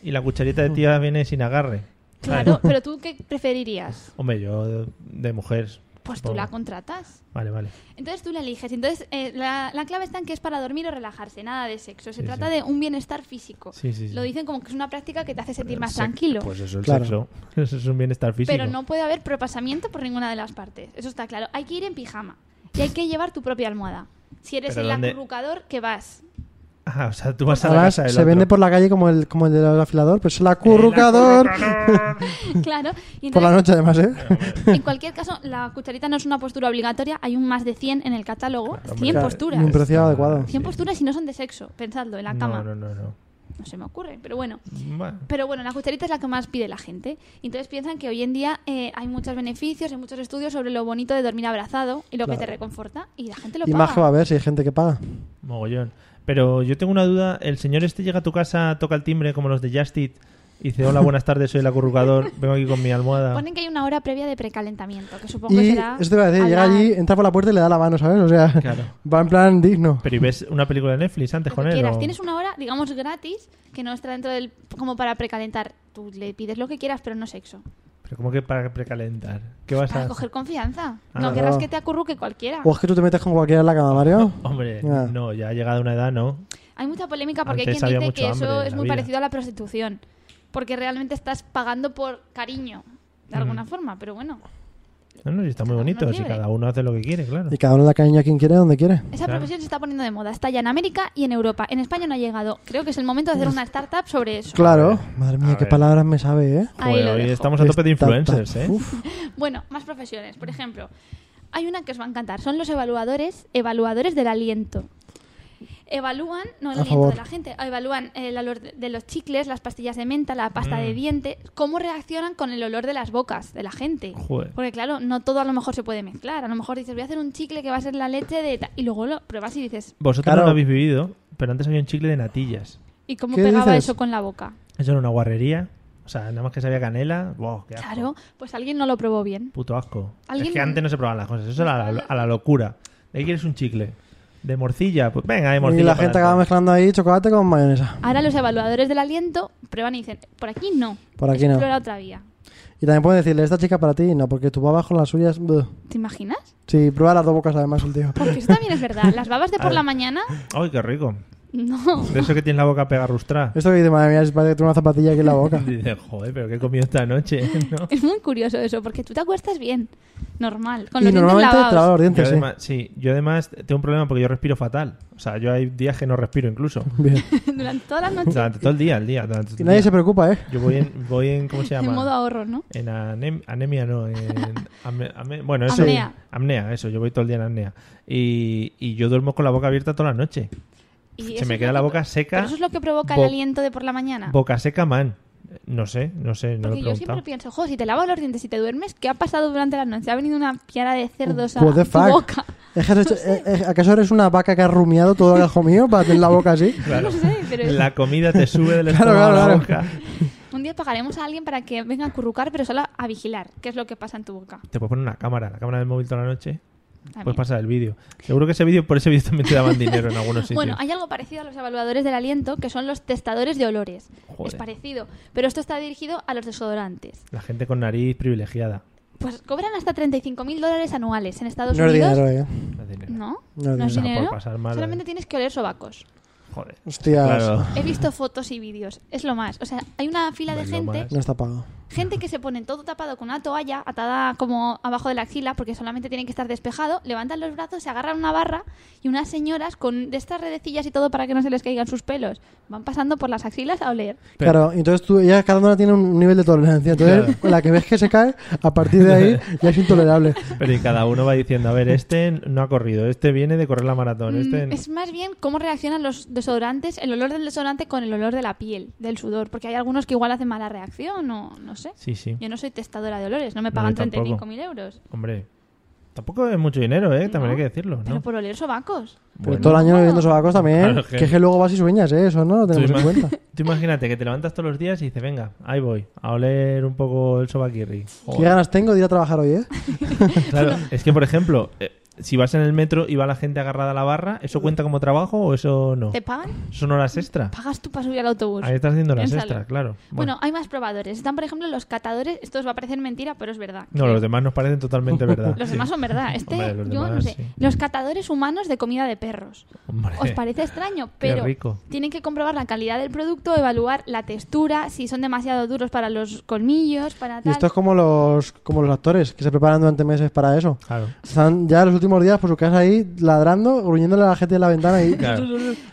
A: y la cucharita de tía viene sin agarre.
C: Claro, pero tú qué preferirías?
A: Hombre, yo de, de mujer.
C: Pues tú
A: supongo.
C: la contratas.
A: Vale, vale.
C: Entonces tú la eliges. Entonces eh, la, la clave está en que es para dormir o relajarse, nada de sexo. Se
A: Sí,
C: trata
A: sí.
C: de un bienestar físico.
A: Sí, sí, sí.
C: Lo dicen como que es una práctica que te hace sentir más
A: Sec-
C: tranquilo.
A: Pues eso es
B: Claro.
A: sexo. Eso es un bienestar físico.
C: Pero no puede haber propasamiento por ninguna de las partes. Eso está claro. Hay que ir en pijama y hay que llevar tu propia almohada. Si eres
A: Pero
C: el
A: ¿dónde?
C: acurrucador, que vas.
A: Ah, o sea, tú vas a la
B: Además,
A: casa del
B: se vende
A: otro.
B: por la calle como el, como el del afilador, pero es el acurrucador.
C: claro. Y
B: Por la
C: entonces,
B: noche, además, ¿eh?
C: en cualquier caso, la cucharita no es una postura obligatoria. Hay un más de 100 en el catálogo. 100
B: Claro,
C: posturas.
B: Un precio adecuado.
C: 100 posturas y no son de sexo. Pensadlo, en la cama.
A: No, no, no. no.
C: No se me ocurre, pero bueno.
A: Bueno,
C: Pero bueno, la cucharita es la que más pide la gente. Y Entonces piensan que hoy en día eh, hay muchos beneficios, hay muchos estudios sobre lo bonito de dormir abrazado y lo que te reconforta. Y la gente lo
B: Y
C: paga.
B: más que va a ver si hay gente que paga.
A: mogollón. Pero yo tengo una duda. ¿El señor este llega a tu casa, toca el timbre como los de Justit y dice, hola, buenas tardes, soy el acurrucador, vengo aquí con mi almohada?
C: Ponen que hay una hora previa de precalentamiento, que supongo
B: Y
C: será.
B: eso te iba a decir,
C: al
B: llega
C: dar-
B: allí, entra por la puerta y le da la mano, ¿sabes? O sea,
A: Claro.
B: va en plan digno.
A: Pero ¿y ves una película de Netflix antes
C: lo
A: con
C: que
A: él?
C: quieras.
A: o-
C: Tienes una hora, digamos, gratis, que no está dentro del. como para precalentar. Tú le pides lo que quieras, pero no sexo.
A: Pero ¿cómo que para precalentar? ¿Qué vas
C: Para
A: a...?
C: coger confianza.
A: Ah,
C: no
A: no.
C: querrás que te acurruque cualquiera.
B: O es que tú te metes con cualquiera en la cama, Mario.
A: Hombre,
B: Ah.
A: no, ya ha llegado una edad, ¿no?
C: Hay mucha polémica porque
A: Antes
C: hay quien
A: había
C: dice
A: mucho
C: que eso
A: hambre en
C: es
A: la
C: muy
A: vida.
C: parecido a la prostitución. Porque realmente estás pagando por cariño, de alguna forma, pero bueno.
A: No, no, y está muy
C: Cada uno es
A: bonito. Si
C: libre.
A: cada uno hace lo que quiere, claro.
B: Y cada uno da cariño a quien quiere, donde quiere.
C: Esa
A: Claro.
C: profesión se está poniendo de moda. Está ya en América y en Europa. En España no ha llegado. Creo que es el momento de hacer una startup sobre eso.
A: ver,
B: Claro. Madre mía,
A: a
B: qué
A: ver.
B: palabras me sabe, ¿eh?
C: Ahí lo
A: Joder, Pues hoy
C: dejo.
A: estamos a tope de
B: Esta-
A: influencers, ¿eh?
B: Uf.
C: Bueno, más profesiones. Por ejemplo, hay una que os va a encantar. Son los evaluadores, evaluadores del aliento. Evalúan, no el
B: A
C: aliento
B: favor.
C: de la gente, evalúan el olor de- de los chicles, las pastillas de menta, la pasta
B: Mm.
C: de diente, cómo reaccionan con el olor de las bocas de la gente.
A: Joder.
C: Porque claro, no todo a lo mejor se puede mezclar. A lo mejor dices, voy a hacer un chicle que va a ser la leche de... ta-". Y luego lo pruebas y dices,
A: Vosotros
B: Claro.
A: no lo habéis vivido, pero antes había un chicle de natillas.
C: ¿y cómo
B: ¿Qué
C: pegaba
B: dices?
C: eso con la boca?
A: Eso era una guarrería. O sea, nada más que sabía canela. Wow, qué asco.
C: Claro, pues alguien no lo probó bien.
A: Puto asco.
C: ¿Alguien-
A: Es que antes no se probaban las cosas. Eso era a la, a la locura. ¿De qué quieres un chicle? ¿De morcilla? Pues venga, de morcilla.
B: Y la
A: para
B: gente
A: adelante.
B: acaba mezclando ahí chocolate con mayonesa.
C: Ahora los evaluadores del aliento prueban y dicen, por aquí no.
B: Por aquí no.
C: Explora otra vía.
B: Y también pueden decirle, esta chica para ti, no, porque tu babas con las suyas. buh.
C: ¿Te imaginas?
B: Sí, prueba las dos bocas además el tío.
C: Porque eso también es verdad. Las babas de por la mañana,
A: ¡Ay, qué rico!
C: no.
A: De eso que tienes la boca pegarrustra.
B: Esto que dice, madre mía, es parece que tengo una zapatilla aquí en la boca.
A: Dices, joder, pero qué he comido esta noche, ¿no?
C: Es muy curioso eso, porque tú te acuestas bien, normal, con
B: y
C: los dientes
B: normalmente te lava
C: lavados.
B: los
A: Yo
B: dientes, sí.
A: además, sí, yo además tengo un problema porque yo respiro fatal. O sea, yo hay días que no respiro incluso.
B: Bien.
C: Durante toda la noche,
A: Durante todo el día, el día. durante todo
B: Y
A: el
B: nadie
A: día.
B: se preocupa, ¿eh?
A: Yo voy en, voy en, ¿cómo se
C: en modo
A: llama?
C: ahorro, ¿no?
A: En anem- anemia, no, en ame- ame- bueno, eso,
C: Apnea.
A: Apnea, eso, yo voy todo el día en apnea. Y, y yo duermo con la boca abierta toda la noche.
C: Y eso
A: Se me
C: es
A: queda
C: lo
A: la
C: que-
A: boca
C: Pero
A: seca,
C: eso es lo que provoca
A: bo-
C: el aliento de por la mañana.
A: boca seca, man. No sé, no sé,
C: Ah. porque yo
A: no lo he preguntado.
C: siempre pienso, jo, si te lavas los dientes y te duermes, ¿qué ha pasado durante la noche? Ha venido una piara de
A: Oh,
C: cerdos a
B: What the
C: tu
B: fuck?
C: boca.
B: Es que has hecho- eh, eh, ¿Acaso eres una vaca que ha rumiado todo el ajo mío para tener la boca así?
A: Claro.
C: No sé, pero es-
A: La comida te sube del
B: Claro,
A: estómago a la
B: claro,
A: boca.
C: Un día pagaremos a alguien para que venga a currucar, pero solo a vigilar qué es lo que pasa en tu boca.
A: Te puedes poner una cámara, la cámara del móvil toda la noche.
C: También.
A: Puedes pasar el vídeo. Seguro que ese vídeo, por ese vídeo también te daban dinero en algunos sitios.
C: Bueno, hay algo parecido a los evaluadores del aliento, que son los testadores de olores.
A: Joder.
C: Es parecido, pero esto está dirigido a los desodorantes.
A: La gente con nariz privilegiada.
C: Pues cobran hasta 35 mil dólares anuales en Estados
B: No es
C: Unidos.
B: dinero, ¿eh?
A: No tiene nada.
C: No,
B: No es
C: no es
B: dinero.
C: dinero.
A: Por pasar mal,
C: Solamente
A: eh.
C: tienes que oler sobacos.
A: Joder.
B: Hostias.
A: Claro.
C: He visto fotos y vídeos, es lo más. O sea, hay una fila de
A: Es lo
C: gente,
A: más.
B: No está pago.
C: gente que se pone todo tapado con una toalla atada como abajo de la axila porque solamente tiene que estar despejado, levantan los brazos, se agarran una barra y unas señoras con de estas redecillas y todo para que no se les caigan sus pelos van pasando por las axilas a oler.
A: Pero-
B: Claro, entonces tú, ella cada una tiene un nivel de tolerancia. Entonces, la que ves que se cae, a partir de ahí ya es intolerable.
A: Pero y cada uno va diciendo, a ver, este no ha corrido, este viene de correr la maratón, este...
C: Mm, Es más bien cómo reaccionan los desodorantes, el olor del desodorante con el olor de la piel, del sudor, porque hay algunos que igual hacen mala reacción o no sé.
A: Sí, sí.
C: Yo no soy testadora de olores, no me
A: No,
C: pagan
A: yo tampoco.
C: 35.000 euros.
A: Hombre, tampoco es mucho dinero, ¿eh? También
C: No,
A: hay que decirlo,
C: Pero
A: ¿no?
C: por oler sobacos.
B: Pero
A: Bueno.
B: todo el año bebiendo sobacos también.
A: Claro,
B: que...
A: que-
B: es que luego vas y sueñas, ¿eh? Eso no lo
A: Tú,
B: tenemos en
A: ima-
B: cuenta.
A: tú imagínate que te levantas todos los días y dices, venga, ahí voy, a oler un poco el sobaquirri.
B: ¿Qué ganas tengo de ir a trabajar hoy, eh?
A: Claro, es que, por ejemplo, eh, si vas en el metro y va la gente agarrada a la barra, ¿eso cuenta como trabajo o eso no?
C: ¿Te pagan?
A: ¿Son horas extra?
C: Pagas tú para subir al autobús.
A: Ahí estás haciendo horas
C: Piénsalo.
A: extra, claro.
C: Bueno, hay más probadores. Están, por ejemplo, los catadores. Esto os va a parecer mentira, pero es verdad.
A: No, los demás nos parecen totalmente verdad.
C: eh, Los
A: Sí.
C: demás son verdad. Este,
A: Hombre, los
C: yo no
A: demás,
C: sé.
A: sí.
C: Los catadores humanos de comida de perros.
A: Hombre.
C: Os parece extraño,
A: Qué
C: pero
A: rico.
C: tienen que comprobar la calidad del producto, evaluar la textura, si son demasiado duros para los colmillos, para
B: Y
C: tal.
B: esto es como los, como los actores que se preparan durante meses para eso.
A: Claro.
B: Están ya los últimos días por su casa ahí ladrando, gruñéndole a la gente de la ventana y
A: Claro.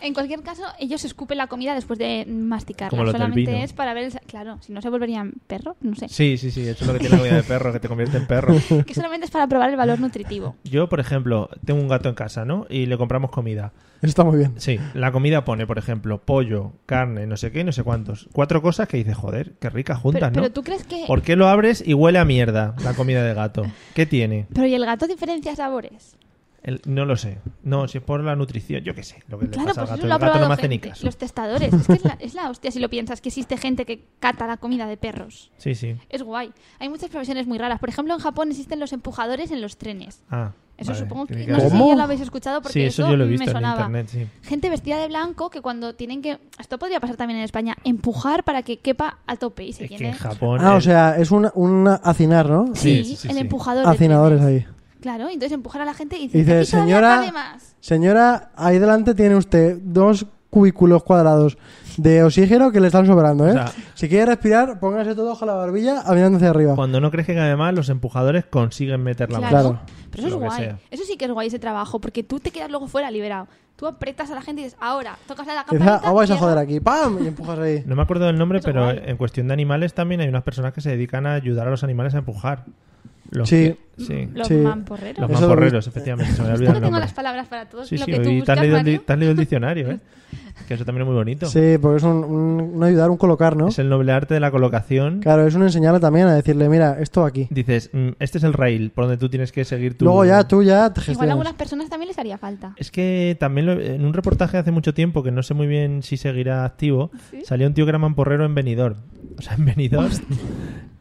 C: En cualquier caso, ellos escupen la comida después de masticarla.
A: Como los del
C: Solamente
A: vino.
C: es para ver, el sa- claro, si no se volverían perros, no sé.
A: Sí, sí, sí, eso es lo que tiene la comida de perro, que te convierte en perro.
C: Que solamente es para probar el valor nutritivo.
A: Yo, por ejemplo, tengo un gato en casa, ¿no? Y le compramos comida.
B: Eso está muy bien.
A: Sí, la comida pone, por ejemplo, pollo, carne, no sé qué, no sé cuántos. Cuatro cosas que dices, joder, qué ricas
C: Pero,
A: juntas, ¿no?
C: pero tú crees que.
A: ¿Por qué lo abres y huele a mierda la comida de gato? ¿Qué tiene?
C: Pero y el gato diferencia sabores.
A: El- no lo sé. No, si es por la nutrición, yo qué sé. Lo que le
C: Claro,
A: pasa
C: pues
A: al
C: eso
A: gato.
C: lo ha
A: el gato
C: probado
A: no me hace ni
C: gente,
A: caso.
C: los testadores. Es que es la, es la hostia si lo piensas, que existe gente que cata la comida de perros.
A: Sí, sí.
C: Es guay. Hay muchas profesiones muy raras. Por ejemplo, en Japón existen los empujadores en los trenes.
A: Ah,
C: Eso
A: vale,
C: supongo
A: tiene
C: que...
A: que
C: No
A: haber-
C: sé si
B: ¿Cómo?
C: ya lo habéis escuchado porque
A: Sí, eso yo lo he visto
C: me
A: en
C: sonaba.
A: internet, sí.
C: Gente vestida de blanco que cuando tienen que... Esto podría pasar también en España. Empujar para que quepa a tope y se
A: Es que
C: llene.
A: en Japón.
B: Ah, o
A: el-
B: sea, es un, un hacinar, ¿no?
C: Sí,
A: Sí, sí, sí,
C: el
A: sí.
C: empujador. de
B: Hacinadores
C: trenes.
B: ahí.
C: Claro, entonces empujar a la gente y
B: Y
C: dice,
B: dice,
C: "Aquí todavía
B: señora,
C: cabe más".
B: señora, ahí delante tiene usted dos cubículos cuadrados de oxígeno que le están sobrando, ¿eh?
A: O sea-
B: si quiere respirar, póngase todo ojo a la barbilla, mirando hacia arriba.
A: Cuando no crees que además los empujadores consiguen meter la
C: Claro.
A: mano.
B: Claro.
C: Pero eso
A: Lo que
C: es guay.
A: sea.
C: Eso sí que es guay ese trabajo, porque tú te quedas luego fuera liberado. Tú apretas a la gente y dices, ahora, tocas a la
B: Y dice,
C: campanita.
B: "Ah, vais a
C: llega".
B: joder aquí, ¡pam! Y empujas ahí.
A: No me acuerdo del nombre,
C: Eso
A: pero
C: guay.
A: en cuestión de animales también hay unas personas que se dedican a ayudar a los animales a empujar. Los
B: Sí.
A: que- sí.
C: Los
B: Sí.
C: mamporreros.
A: Los
B: Eso lo
A: mamporreros,
B: vi-
A: efectivamente. Se me había
C: Yo
A: olvidado
C: no
A: el
C: tengo
A: nombre.
C: las palabras para todo.
A: Sí,
C: lo
A: sí,
C: que tú
A: hoy te
C: buscas,
A: has, leído el, di-
C: Mario.
A: te has leído el diccionario, ¿eh? Que eso también es muy bonito.
B: Sí, porque es un, un- un ayudar, un colocar, ¿no?
A: Es el noble arte de la colocación.
B: Claro, es un enseñarle también a decirle, mira, esto aquí.
A: Dices, "Mm, este es el rail por donde tú tienes que seguir tu...
B: Luego ya tú ya te
C: Igual a
B: gestionas.
C: algunas personas también les haría falta.
A: Es que también lo- en un reportaje hace mucho tiempo, que no sé muy bien si seguirá activo, salió un tío que era mamporrero en Benidorm. O sea, en Benidorm,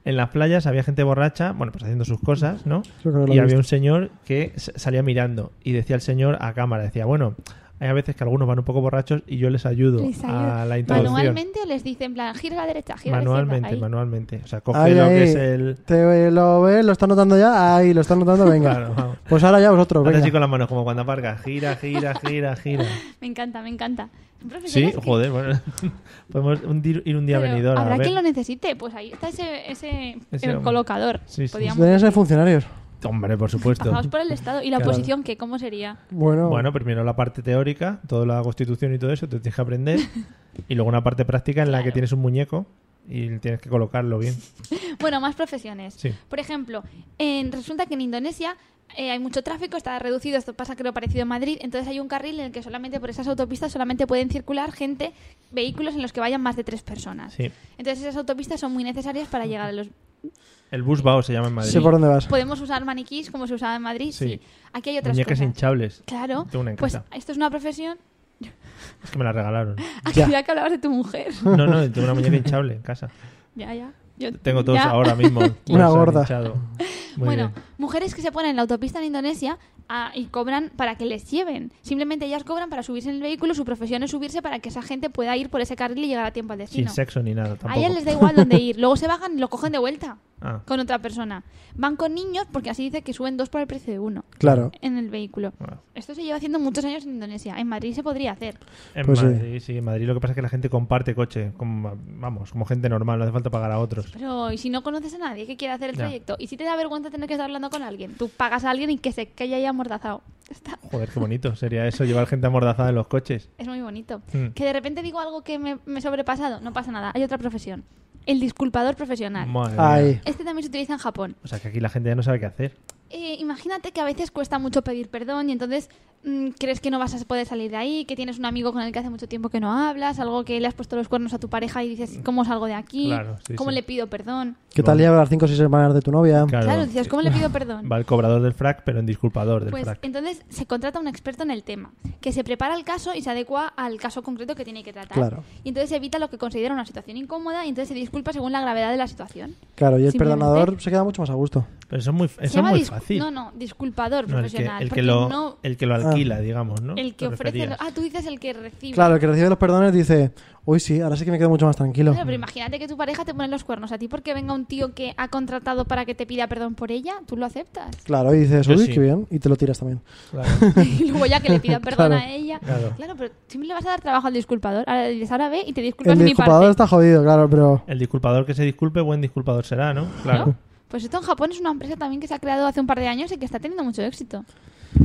A: en las playas había gente borracha, bueno, pues haciendo sus cosas, ¿no?
B: Yo creo que lo
A: Y
B: he
A: había
B: visto.
A: un señor que s- salía mirando y decía el señor a cámara, decía, bueno, hay a veces que algunos van un poco borrachos y yo les ayudo
C: Les ayuda.
A: a la introducción.
C: Manualmente o les dicen, en plan, gira a la derecha, gira a la izquierda.
A: Manualmente,
C: Ahí.
A: manualmente. O sea, coge
B: Ahí,
A: lo
B: ahí. Pues
A: que es el...
B: Te lo ves, lo están notando ya, ahí, lo están notando, venga.
A: Claro, vamos.
B: Pues ahora ya vosotros,
A: Hace
B: venga.
A: así con las manos, como cuando aparca. Gira, gira, gira, gira.
C: Me encanta, me encanta. Son profesiones
A: Sí,
C: que-
A: joder, bueno. Podemos un dir- ir un día a
C: Pero
A: Benidorm, a
C: Habrá
A: ver.
C: quien lo necesite. Pues ahí está ese, ese,
A: Ese
C: el
A: hombre.
C: colocador.
A: Sí, sí.
C: Podíamos-
B: Deberían ser funcionarios.
A: Hombre, por supuesto.
C: Pasaos por el Estado. ¿Y la
A: Claro.
C: oposición qué? ¿Cómo sería?
B: Bueno,
A: Bueno, primero la parte teórica, toda la constitución y todo eso, te tienes que aprender. Y luego una parte práctica en la que tienes un muñeco y tienes que colocarlo bien.
C: Bueno, más profesiones.
A: Sí.
C: Por ejemplo, en- resulta que en Indonesia eh, hay mucho tráfico, está reducido, esto pasa creo parecido en Madrid, entonces hay un carril en el que solamente por esas autopistas solamente pueden circular gente, vehículos en los que vayan más de tres personas.
A: Sí.
C: Entonces esas autopistas son muy necesarias para llegar a los...
A: El bus bao se llama en pues, Madrid.
B: sé por dónde vas.
C: ¿Podemos usar maniquís como se usaba en Madrid?
A: Sí.
C: Aquí hay otras
A: Muñecas
C: cosas.
A: hinchables.
C: Claro.
A: Tengo una en
C: Pues
A: casa.
C: esto es una profesión.
A: Es que me la regalaron.
C: Ah,
B: Ya.
C: cuidado que hablabas de tu mujer.
A: No, no, tengo una muñeca hinchable en casa.
C: ya, ya. Yo-
A: Tengo todos
C: ya.
A: ahora mismo.
B: Una
A: Todos han
B: gorda.
A: hinchado. Muy
C: bueno,
A: bien.
C: mujeres que se ponen en la autopista en Indonesia ah, y cobran para que les lleven. Simplemente ellas cobran para subirse en el vehículo, su profesión es subirse para que esa gente pueda ir por ese carril y llegar a tiempo al
A: Sin
C: destino.
A: sexo ni nada tampoco.
C: a ellas les da igual dónde ir. Luego se bajan y lo cogen de vuelta
A: Ah,
C: con otra persona. Van con niños porque así dice que suben dos por el precio de uno
B: Claro.
C: en el vehículo.
A: bueno.
C: Esto se lleva haciendo muchos años en Indonesia. En Madrid se podría hacer.
A: En
B: Pues sí.
A: Madrid, sí. en Madrid lo que pasa es que la gente comparte coche, como, vamos, como gente normal, no hace falta pagar a otros.
C: Pero ¿y si no conoces a nadie que quiera hacer el
A: Ya.
C: trayecto? ¿Y si te da vergüenza tener que estar hablando con alguien? Tú pagas a alguien y que se calle ahí amordazado. Está.
A: Joder, qué bonito sería eso, llevar gente amordazada en los coches.
C: Es muy bonito.
A: Mm.
C: Que de repente digo algo que me, me he sobrepasado. No pasa nada. Hay otra profesión. El disculpador profesional.
A: Madre mía.
B: Ahí.
C: Este también se utiliza en Japón.
A: O sea, que aquí la gente ya no sabe qué hacer.
C: Eh, imagínate que a veces cuesta mucho pedir perdón y entonces mm, crees que no vas a poder salir de ahí, que tienes un amigo con el que hace mucho tiempo que no hablas, algo que le has puesto los cuernos a tu pareja y dices, ¿cómo salgo de aquí?
A: Claro, sí,
C: ¿Cómo
A: sí.
C: le pido perdón?
B: ¿Qué tal
A: Vale.
B: lleva las 5 o 6 semanas de tu novia?
C: Claro, dices, ¿cómo le pido perdón?
A: Va el cobrador del frac, pero en disculpador del
C: Pues
A: frac.
C: entonces se contrata un experto en el tema, que se prepara el caso y se adecua al caso concreto que tiene que tratar.
B: Claro.
C: Y entonces evita lo que considera una situación incómoda y entonces se disculpa según la gravedad de la situación.
B: Claro, y el
C: Simplemente-
B: perdonador se queda mucho más a gusto.
A: Pero eso es muy, eso es
C: se llama
A: muy
C: discu-
A: fácil.
C: No, no, disculpador
A: No, el, que,
C: profesional.
A: el, que
C: porque
A: lo,
C: no
A: el que lo alquila, digamos, ¿no?
C: el
A: Te
C: que ofrece...
A: referías.
C: lo- Ah, tú dices el que recibe.
B: Claro, el que recibe los perdones dice, uy, sí, ahora sí que me quedo mucho más tranquilo.
C: Claro, pero imagínate que tu pareja te pone los cuernos a ti porque venga un tío que ha contratado para que te pida perdón por ella, tú lo aceptas.
B: Claro, y dices,
A: Yo
B: uy,
A: sí.
B: qué bien, y te lo tiras también.
A: Claro.
C: y luego ya que le pida perdón
B: Claro,
C: a ella.
A: claro.
C: pero siempre le vas a dar trabajo al disculpador. Ahora le dices, ahora ve y te disculpas
B: El
C: de mi
B: disculpador
C: parte.
B: está jodido, claro, pero...
A: El disculpador que se disculpe, buen disculpador será, ¿no? Claro.
C: ¿no? Pues esto en Japón es una empresa también que se ha creado hace un par de años y que está teniendo mucho éxito.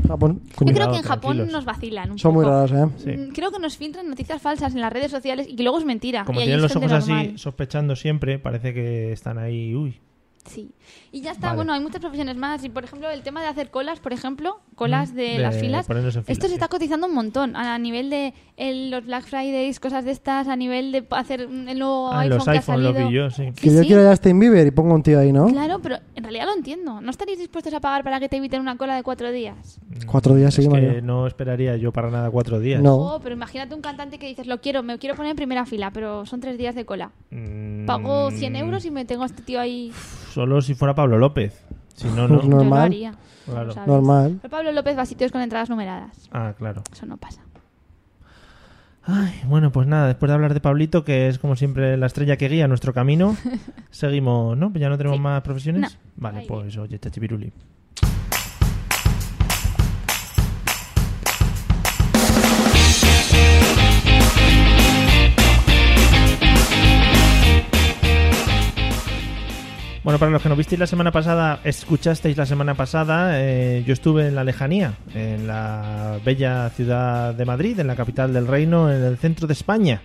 B: Japón,
C: Yo
A: Cuidado,
C: creo que en Japón
A: tranquilos.
C: nos vacilan un
B: ah, Pues son muy
C: poco.
B: raros, ¿eh?
A: Sí.
C: Mm, Creo que nos filtran noticias falsas en las redes sociales y que luego es mentira.
A: Como
C: y allí
A: tienen
C: es
A: los
C: gente
A: ojos
C: normal.
A: así, sospechando siempre, parece que están ahí, uy,
C: Sí. Y ya está,
A: Vale.
C: bueno, hay muchas profesiones más. Y por ejemplo, el tema de hacer colas, por ejemplo, colas
A: Mm,
C: de,
A: de
C: las filas.
A: ponernos en fila,
C: Esto
A: sí.
C: se está cotizando un montón a a nivel de el- los Black Fridays, cosas de estas, a nivel de hacer mm, el nuevo
A: Ah,
C: iPhone
A: los
C: que ha
A: iPhone lo
C: salido.
A: vi yo, sí.
B: Que
C: Sí,
B: yo
C: sí.
B: quiero ya Steam Bieber y pongo un tío ahí, ¿no?
C: Claro, pero en realidad lo entiendo. ¿No estaréis dispuestos a pagar para que te eviten una cola de cuatro días?
B: Cuatro días
A: Es
B: sí, Mario.
A: que no esperaría yo para nada cuatro días.
B: No.
C: Oh, pero imagínate un cantante que dices, lo quiero, me quiero poner en primera fila, pero son tres días de cola.
A: Mm,
C: Pago 100 euros y me tengo a este tío ahí.
A: Solo si fuera Pablo López. Si no, no.
B: No. Normal.
C: Yo lo haría.
A: Claro.
C: lo sabes.
B: Normal.
C: Pero Pablo López va a sitios con entradas numeradas.
A: Ah, claro.
C: Eso no pasa.
A: Ay, bueno, pues nada, después de hablar de Pablito, que es como siempre la estrella que guía nuestro camino, seguimos, ¿no? ¿Ya no tenemos más profesiones?
C: No.
A: Vale,
C: Ahí
A: pues oye, Chachipiruli. Bueno, para los que no visteis la semana pasada, escuchasteis la semana pasada, eh, yo estuve en la lejanía, en la bella ciudad de Madrid, en la capital del reino, en el centro de España.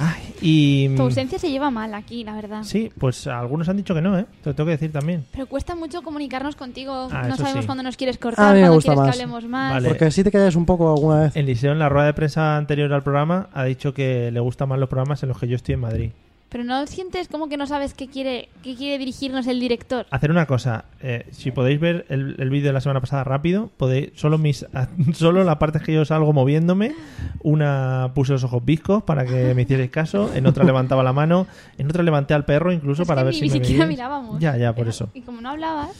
A: Ay, y
C: Tu ausencia se lleva mal aquí, la verdad.
A: sí, pues algunos han dicho que no, ¿eh? Te lo tengo que decir también.
C: Pero cuesta mucho comunicarnos contigo.
A: Ah,
C: no
A: eso
C: sabemos
A: sí.
C: cuándo nos quieres cortar,
B: A mí me
C: cuándo
B: gusta
C: quieres
B: más.
C: que hablemos más.
A: Vale.
B: Porque si te callas un poco alguna vez.
A: Eliseo en la rueda de prensa anterior al programa ha dicho que le gustan más los programas en los que yo estoy en Madrid.
C: Pero no sientes como que no sabes qué quiere, qué quiere dirigirnos el director.
A: Hacer una cosa, eh, si podéis ver el, el vídeo de la semana pasada rápido, podéis, solo mis solo la parte que yo salgo moviéndome, una puse los ojos viscos para que me hicierais caso, en otra levantaba la mano, en otra levanté al perro incluso
C: Es
A: para
C: que
A: ver
C: ni,
A: si
C: ni
A: me
C: siquiera
A: veíais.
C: mirábamos.
A: Ya, ya, por
C: Era-
A: eso.
C: Y como no hablabas,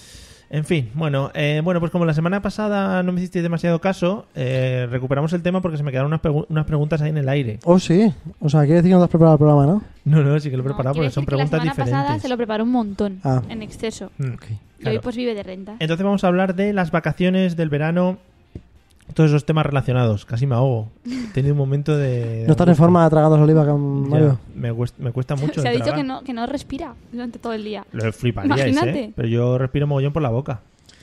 A: En fin, bueno, eh, bueno, pues como la semana pasada no me hicisteis demasiado caso, eh, recuperamos el tema porque se me quedaron unas, pregu- unas preguntas ahí en el aire.
B: Oh, sí. O sea, quiere decir que no te has preparado el programa, ¿no?
A: No, no, sí que lo he
C: no,
A: preparado
C: quiere
A: porque son
C: decir que la
A: preguntas
C: semana pasada
A: diferentes.
C: se lo preparó un montón,
B: Ah.
C: en exceso.
A: Mm.
C: Y hoy
A: Claro.
C: pues vive de renta.
A: Entonces vamos a hablar de las vacaciones del verano, todos esos temas relacionados. Casi me ahogo. He tenido un momento de...
B: No estás en forma tragando saliva, con
A: Ya,
B: Mario.
A: me, cuesta, me cuesta mucho.
C: se ha
A: el
C: dicho
A: tragar.
C: que no, que no respira durante todo el día.
A: Lo fliparíais,
C: Imagínate.
A: ¿eh? Pero yo respiro mogollón por la boca.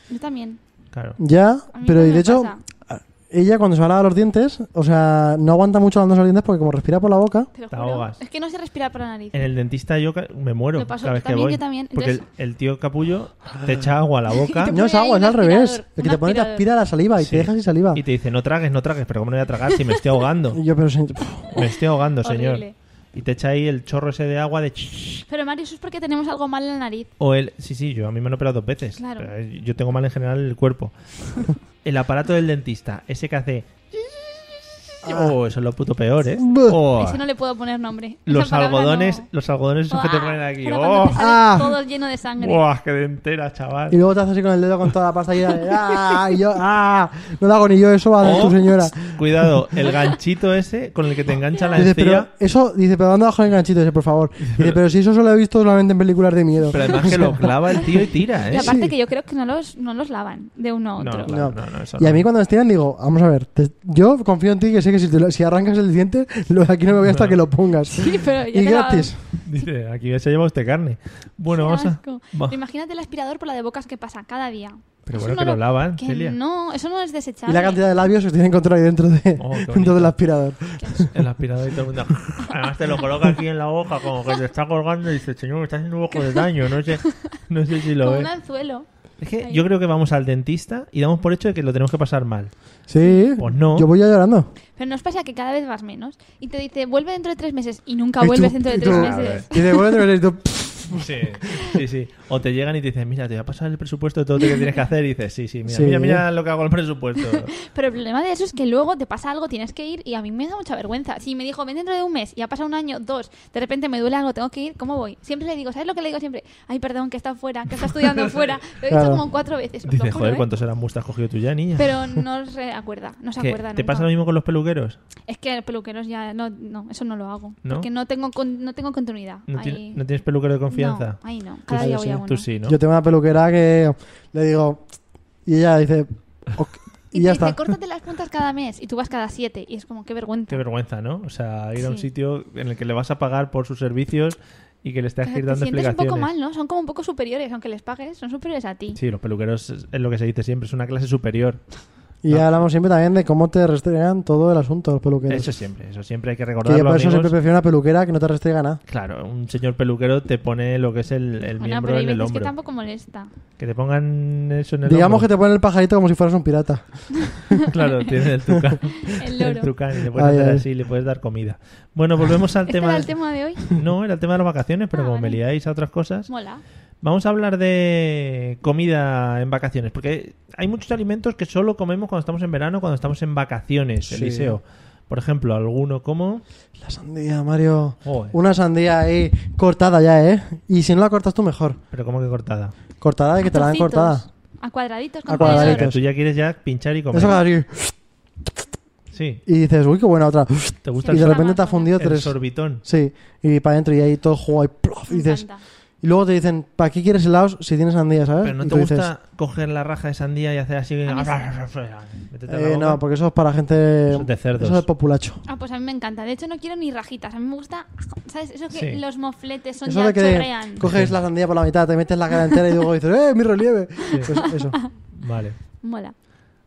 C: Yo también.
A: Claro.
B: Ya,
C: A mí
B: pero
C: no
B: y
C: me
B: de hecho,
C: pasa.
B: ella cuando se va a lavar los dientes, o sea, no aguanta mucho lavándose los dientes porque como respira por la boca,
C: Te lo
A: Te
C: juro.
A: ahogas.
C: Es que no se respira por la nariz.
A: En el dentista yo ca- me muero
C: Lo paso-
A: cada vez
C: yo también,
A: que voy.
C: yo también.
A: Porque el,
C: Entonces-
A: el tío capullo te echa agua a la boca
B: no es
C: pone ahí
B: agua, es
C: un
B: al revés.
C: aspirador,
B: El
C: un
B: que te pone te
C: aspirador.
B: aspira la saliva y
A: Sí.
B: te deja sin saliva.
A: y te dice, no tragues, no tragues. Pero ¿cómo no voy a tragar si me estoy ahogando?
B: Y yo, pero sin-
A: Me estoy ahogando, señor.
C: Horrible.
A: Y te echa ahí el chorro ese de agua de...
C: Pero Mario, eso es porque tenemos algo mal en la nariz.
A: O el, sí, sí, yo a mí me han operado dos veces.
C: Claro.
A: Pero, eh, Yo tengo mal en general el cuerpo. el aparato del dentista, ese que hace. Oh, eso es lo puto peor, ¿eh?
B: Buh.
A: Oh,
C: Ese no le puedo poner nombre.
A: los
C: Esa palabra
A: algodones,
C: no.
A: los algodones esos que te
C: Buah,
A: ponen aquí.
C: pero cuando
A: Oh,
C: te sale
B: Ah.
C: todo lleno de sangre.
A: buah, qué dentera, chaval.
B: Y luego te haces así con el dedo con toda la pasta y ¡ah! y yo, ¡ah! No lo hago ni yo, eso va a
A: O,
B: tu señora.
A: Oh, Cuidado, el ganchito ese con el que te engancha la
B: Dice, pero
A: encía.
B: eso, dice, pero anda bajo el ganchito ese, por favor. Dice, pero si eso solo lo he visto solamente en películas de miedo.
A: Pero además que lo clava el tío y tira,
C: Y
A: ¿eh?
C: aparte que yo creo que no los, no los lavan de uno a
A: No,
C: otro.
A: claro, no, no, eso
B: Y a
A: no.
B: mí cuando me estiran digo, vamos a ver, te- yo confío en ti que sé que si, te lo- si arrancas el diente, lo de aquí no me voy hasta que lo pongas.
C: Sí, pero ya
B: y
C: te la-
B: gratis.
A: Dice, aquí se lleva usted carne. Bueno,
C: Qué
A: vamos a.
C: asco.
A: va.
C: Pero Imagínate el aspirador por la de bocas que pasa cada día.
A: Pero
C: Eso
A: bueno,
C: no
A: que lo lavan,
C: que
A: Celia.
C: No, eso no es desechable.
B: Y la cantidad de labios que tienen control ahí dentro, de,
A: Oh, qué bonito.
B: dentro del aspirador.
A: El aspirador y todo el mundo. Además te lo coloca aquí en la hoja, como que te está colgando y dice, señor, me está haciendo un ojo de daño, no sé, no sé si lo
C: Como
A: ve.
C: un
B: eh.
C: anzuelo.
A: Es que yo creo que vamos al dentista y damos por hecho de que lo tenemos que pasar mal.
B: Sí.
A: Pues no.
B: Yo voy ya llorando.
C: Pero nos pasa que cada vez vas menos. Y te dice, vuelve dentro de tres meses. Y nunca
B: Y tú-
C: vuelves dentro de
B: y
C: tres
B: tú-
C: meses.
B: Y de vuelta y tú, pff,
A: Sí, sí, sí. O te llegan y te dicen, mira, te voy a pasar el presupuesto de todo lo que tienes que hacer. Y dices, sí, sí, mira,
B: Sí.
A: mira, mira lo que hago el presupuesto.
C: Pero el problema de eso es que luego te pasa algo, tienes que ir y a mí me da mucha vergüenza. Si me dijo, ven dentro de un mes y ha pasado un año, dos, de repente me duele algo, tengo que ir, ¿cómo voy? Siempre le digo, ¿sabes lo que le digo siempre? Ay, perdón, que está fuera, que está estudiando fuera. Lo he dicho
B: Claro.
C: como cuatro veces. os lo
A: Dices,
C: juro,
A: joder,
C: ¿eh?
A: ¿cuántos eran has cogido tú ya, niña?
C: Pero no se acuerda, no se
A: ¿Qué?
C: acuerda
A: ¿Te
C: nunca.
A: pasa lo mismo con los peluqueros?
C: Es que peluqueros ya, no, no, eso no lo hago.
A: ¿No?
C: Porque no tengo, con- no tengo continuidad.
A: ¿No,
C: ahí...
A: tienes- no tienes peluquero de confianza?
C: No, ahí no.
A: Tú
C: Cada
A: sí,
C: día voy
A: sí.
C: a uno.
A: Tú sí, ¿no?
B: Yo tengo una peluquera que le digo, y ella dice, "Ok",
C: Y,
B: y ya
C: te dice,
B: está.
C: córtate las puntas cada mes y tú vas cada siete. Y es como, qué vergüenza.
A: Qué vergüenza, ¿no? O sea, ir a un
C: Sí.
A: sitio en el que le vas a pagar por sus servicios y que le estás
C: Te
A: dando
C: sientes un
A: explicaciones.
C: poco mal, ¿no? Son como un poco superiores, aunque les pagues, son superiores a ti.
A: Sí, los peluqueros es es lo que se dice siempre, es una clase superior.
B: Y ya hablamos siempre también de cómo te restregan todo el asunto, los peluqueros.
A: Eso siempre, eso siempre hay que
B: que yo
A: recordarlo,
B: por eso siempre
A: amigos.
B: prefiero una peluquera que no te restrega nada.
A: Claro, un señor peluquero te pone lo que es el, el
C: Bueno,
A: miembro
C: pero hay
A: en el
C: veces que
A: hombro.
C: tampoco molesta.
A: Que te pongan eso en el
B: Digamos que
A: hombro.
B: te ponen el pajarito como si fueras un pirata.
A: Claro, tiene el tucán.
C: El loro.
A: tucán, y le puedes
B: Ay,
A: hacer
B: ay.
A: así, le puedes dar comida. Bueno, volvemos al
C: ¿Este
A: tema.
C: era el tema de hoy?
A: No, era el tema de las vacaciones, pero
C: Ah,
A: como me
C: vale.
A: liáis a otras cosas.
C: Mola.
A: Vamos a hablar de comida en vacaciones, porque hay muchos alimentos que solo comemos cuando estamos en verano, cuando estamos en vacaciones,
B: Sí.
A: Eliseo. Por ejemplo, alguno como...
B: La sandía, Mario.
A: Joder.
B: Una sandía ahí cortada ya, ¿eh? Y si no la cortas tú, mejor.
A: Pero como que cortada.
B: Cortada de que te la dan
C: Trocitos.
B: cortada.
C: A cuadraditos.
B: A
C: Con
A: O sea,
B: cuadraditos.
C: tenedor.
A: que tú ya quieres ya pinchar y comer.
B: pues Eso que abrir.
A: Sí.
B: Y dices, uy, qué buena otra.
A: ¿Te gusta
B: Y
A: el,
B: de
C: Está
B: repente
C: más
B: te ha
C: buena.
B: fundido
A: el
B: tres.
A: sorbitón?
B: Sí. Y para adentro y ahí todo el juego ahí, plof, y
C: Me
B: dices.
C: encanta.
B: Y luego te dicen, ¿para qué quieres helados si tienes sandía, sabes?
A: Pero no
B: Ah, Y
A: te
B: tú dices,
A: gusta coger la raja de sandía y hacer así...
C: mí
A: Métete en la
B: Eh,
A: boca.
B: no, porque eso es para gente.
A: Eso es de cerdos.
B: Eso es populacho.
C: Ah, pues a mí me encanta. De hecho, no quiero ni rajitas. A mí me gusta, ¿sabes? Eso que
A: Sí.
C: los mofletes son
B: Eso
C: ya
B: de que
C: chorrean.
B: coges la sandía por la mitad, te metes la cara entera y luego dices, ¡eh, mi relieve! Pues eso.
A: Vale.
C: Mola.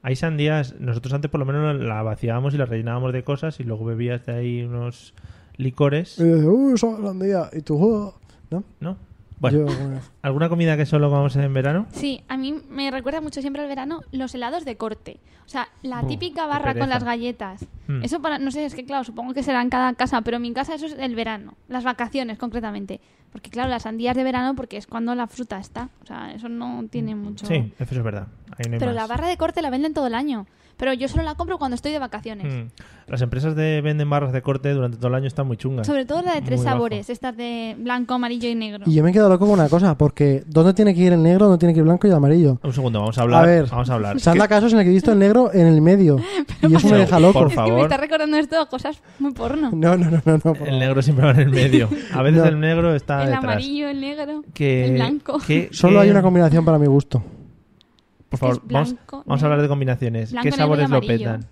A: Hay sandías, nosotros antes por lo menos la vaciábamos y la rellenábamos de cosas y luego bebías de ahí unos licores,
B: Y dices, ¡uh, son sandía! Y tú, "Oh", ¿no?
A: ¿no? Bueno,
B: Yo, bueno.
A: ¿alguna comida que solo comamos en verano?
C: Sí, a mí me recuerda mucho siempre al verano los helados de corte. O sea, la
A: Buh,
C: típica
A: qué
C: barra
A: pereza.
C: con las galletas.
A: Hmm.
C: Eso para, no sé, es que claro, supongo que será en cada casa, pero en mi casa eso es el verano, las vacaciones concretamente. Porque claro, las sandías de verano porque es cuando la fruta está. O sea, eso no tiene mucho...
A: Hmm. Sí, eso es verdad. Ahí no hay
C: pero
A: más.
C: la barra de corte la venden todo el año. Pero yo solo la compro cuando estoy de vacaciones.
A: Mm. Las empresas de venden barras de corte durante todo el año están muy chungas.
C: Sobre todo la de tres
A: Muy bajo.
C: sabores, estas de blanco, amarillo y negro.
B: Y yo me he quedado loco con una cosa, porque ¿dónde tiene que ir el negro, dónde tiene que ir el blanco y el amarillo?
A: Un segundo, vamos a hablar.
B: A ver.
A: Vamos a hablar.
B: Se han dado casos en el que he visto el negro en el medio. Y eso me
A: Pero,
B: deja loco.
A: por
C: es que me
A: favor.
C: está recordando esto a cosas muy porno.
B: No, no, no, no. no por-
A: El negro siempre va en el medio. A veces
B: No.
A: el negro está
C: el
A: detrás.
C: amarillo, el negro,
A: Que-
C: el blanco.
A: que-
B: Solo
A: que-
B: hay una combinación para mi gusto.
A: Por favor,
C: Es
A: vamos,
C: blanco,
A: vamos a hablar de combinaciones.
C: Blanco,
A: ¿Qué
C: negro y
A: sabores lo
C: amarillo.
A: petan?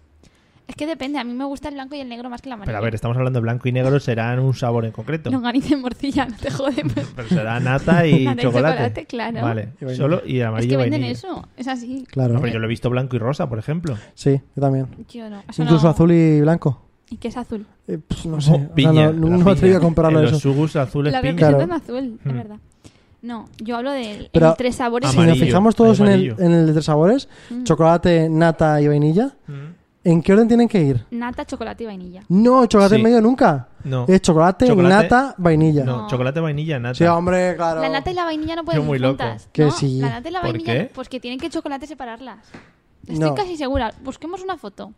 C: Es que depende, a mí me gusta el blanco y el negro más que el amarillo.
A: Pero a ver, este estamos hablando de blanco y negro, serán un sabor en concreto.
C: Longaniza y morcilla, no te jodemos.
A: Pero será nata y
C: Nata y
A: chocolate.
C: chocolate, claro.
A: Vale,
B: Y vainilla.
A: solo y el
C: Es
A: amarillo
C: que venden
A: vainilla.
C: eso, es así.
B: Claro.
A: No, pero yo lo he visto blanco y rosa, por ejemplo.
B: Sí, yo también.
C: Yo no. eso
B: Incluso
C: no.
B: azul y blanco.
C: ¿Y qué es azul?
B: Eh, pues, no sé. O sea,
A: Oh, piña,
B: no, no
A: la
B: me
A: piña.
B: he atrevido a comprarlo
A: En
B: eso.
A: Los sugus azules
C: La
A: piña.
C: representan
B: Claro.
C: azul, es
A: Mm.
C: verdad. No, yo hablo de
B: Pero-
C: el tres sabores.
B: Si nos
A: Amarillo,
B: fijamos todos en el,
A: amarillo.
B: en el de tres sabores, chocolate, nata y vainilla,
A: Mm.
B: ¿en qué orden tienen que ir?
C: Nata, chocolate y vainilla.
B: No, chocolate
A: Sí.
B: en medio nunca.
A: No.
B: Es chocolate,
A: Chocolate-
B: nata, vainilla.
A: No, chocolate vainilla, nata.
B: Sí, hombre, claro.
C: La nata y la vainilla no pueden
A: Yo muy
C: ir
A: loco.
C: juntas.
B: Que
C: no,
B: sí.
C: La nata y la
A: ¿Por
C: vainilla,
A: qué?
C: pues que tienen que chocolate separarlas. Estoy
B: No.
C: casi segura. Busquemos una foto.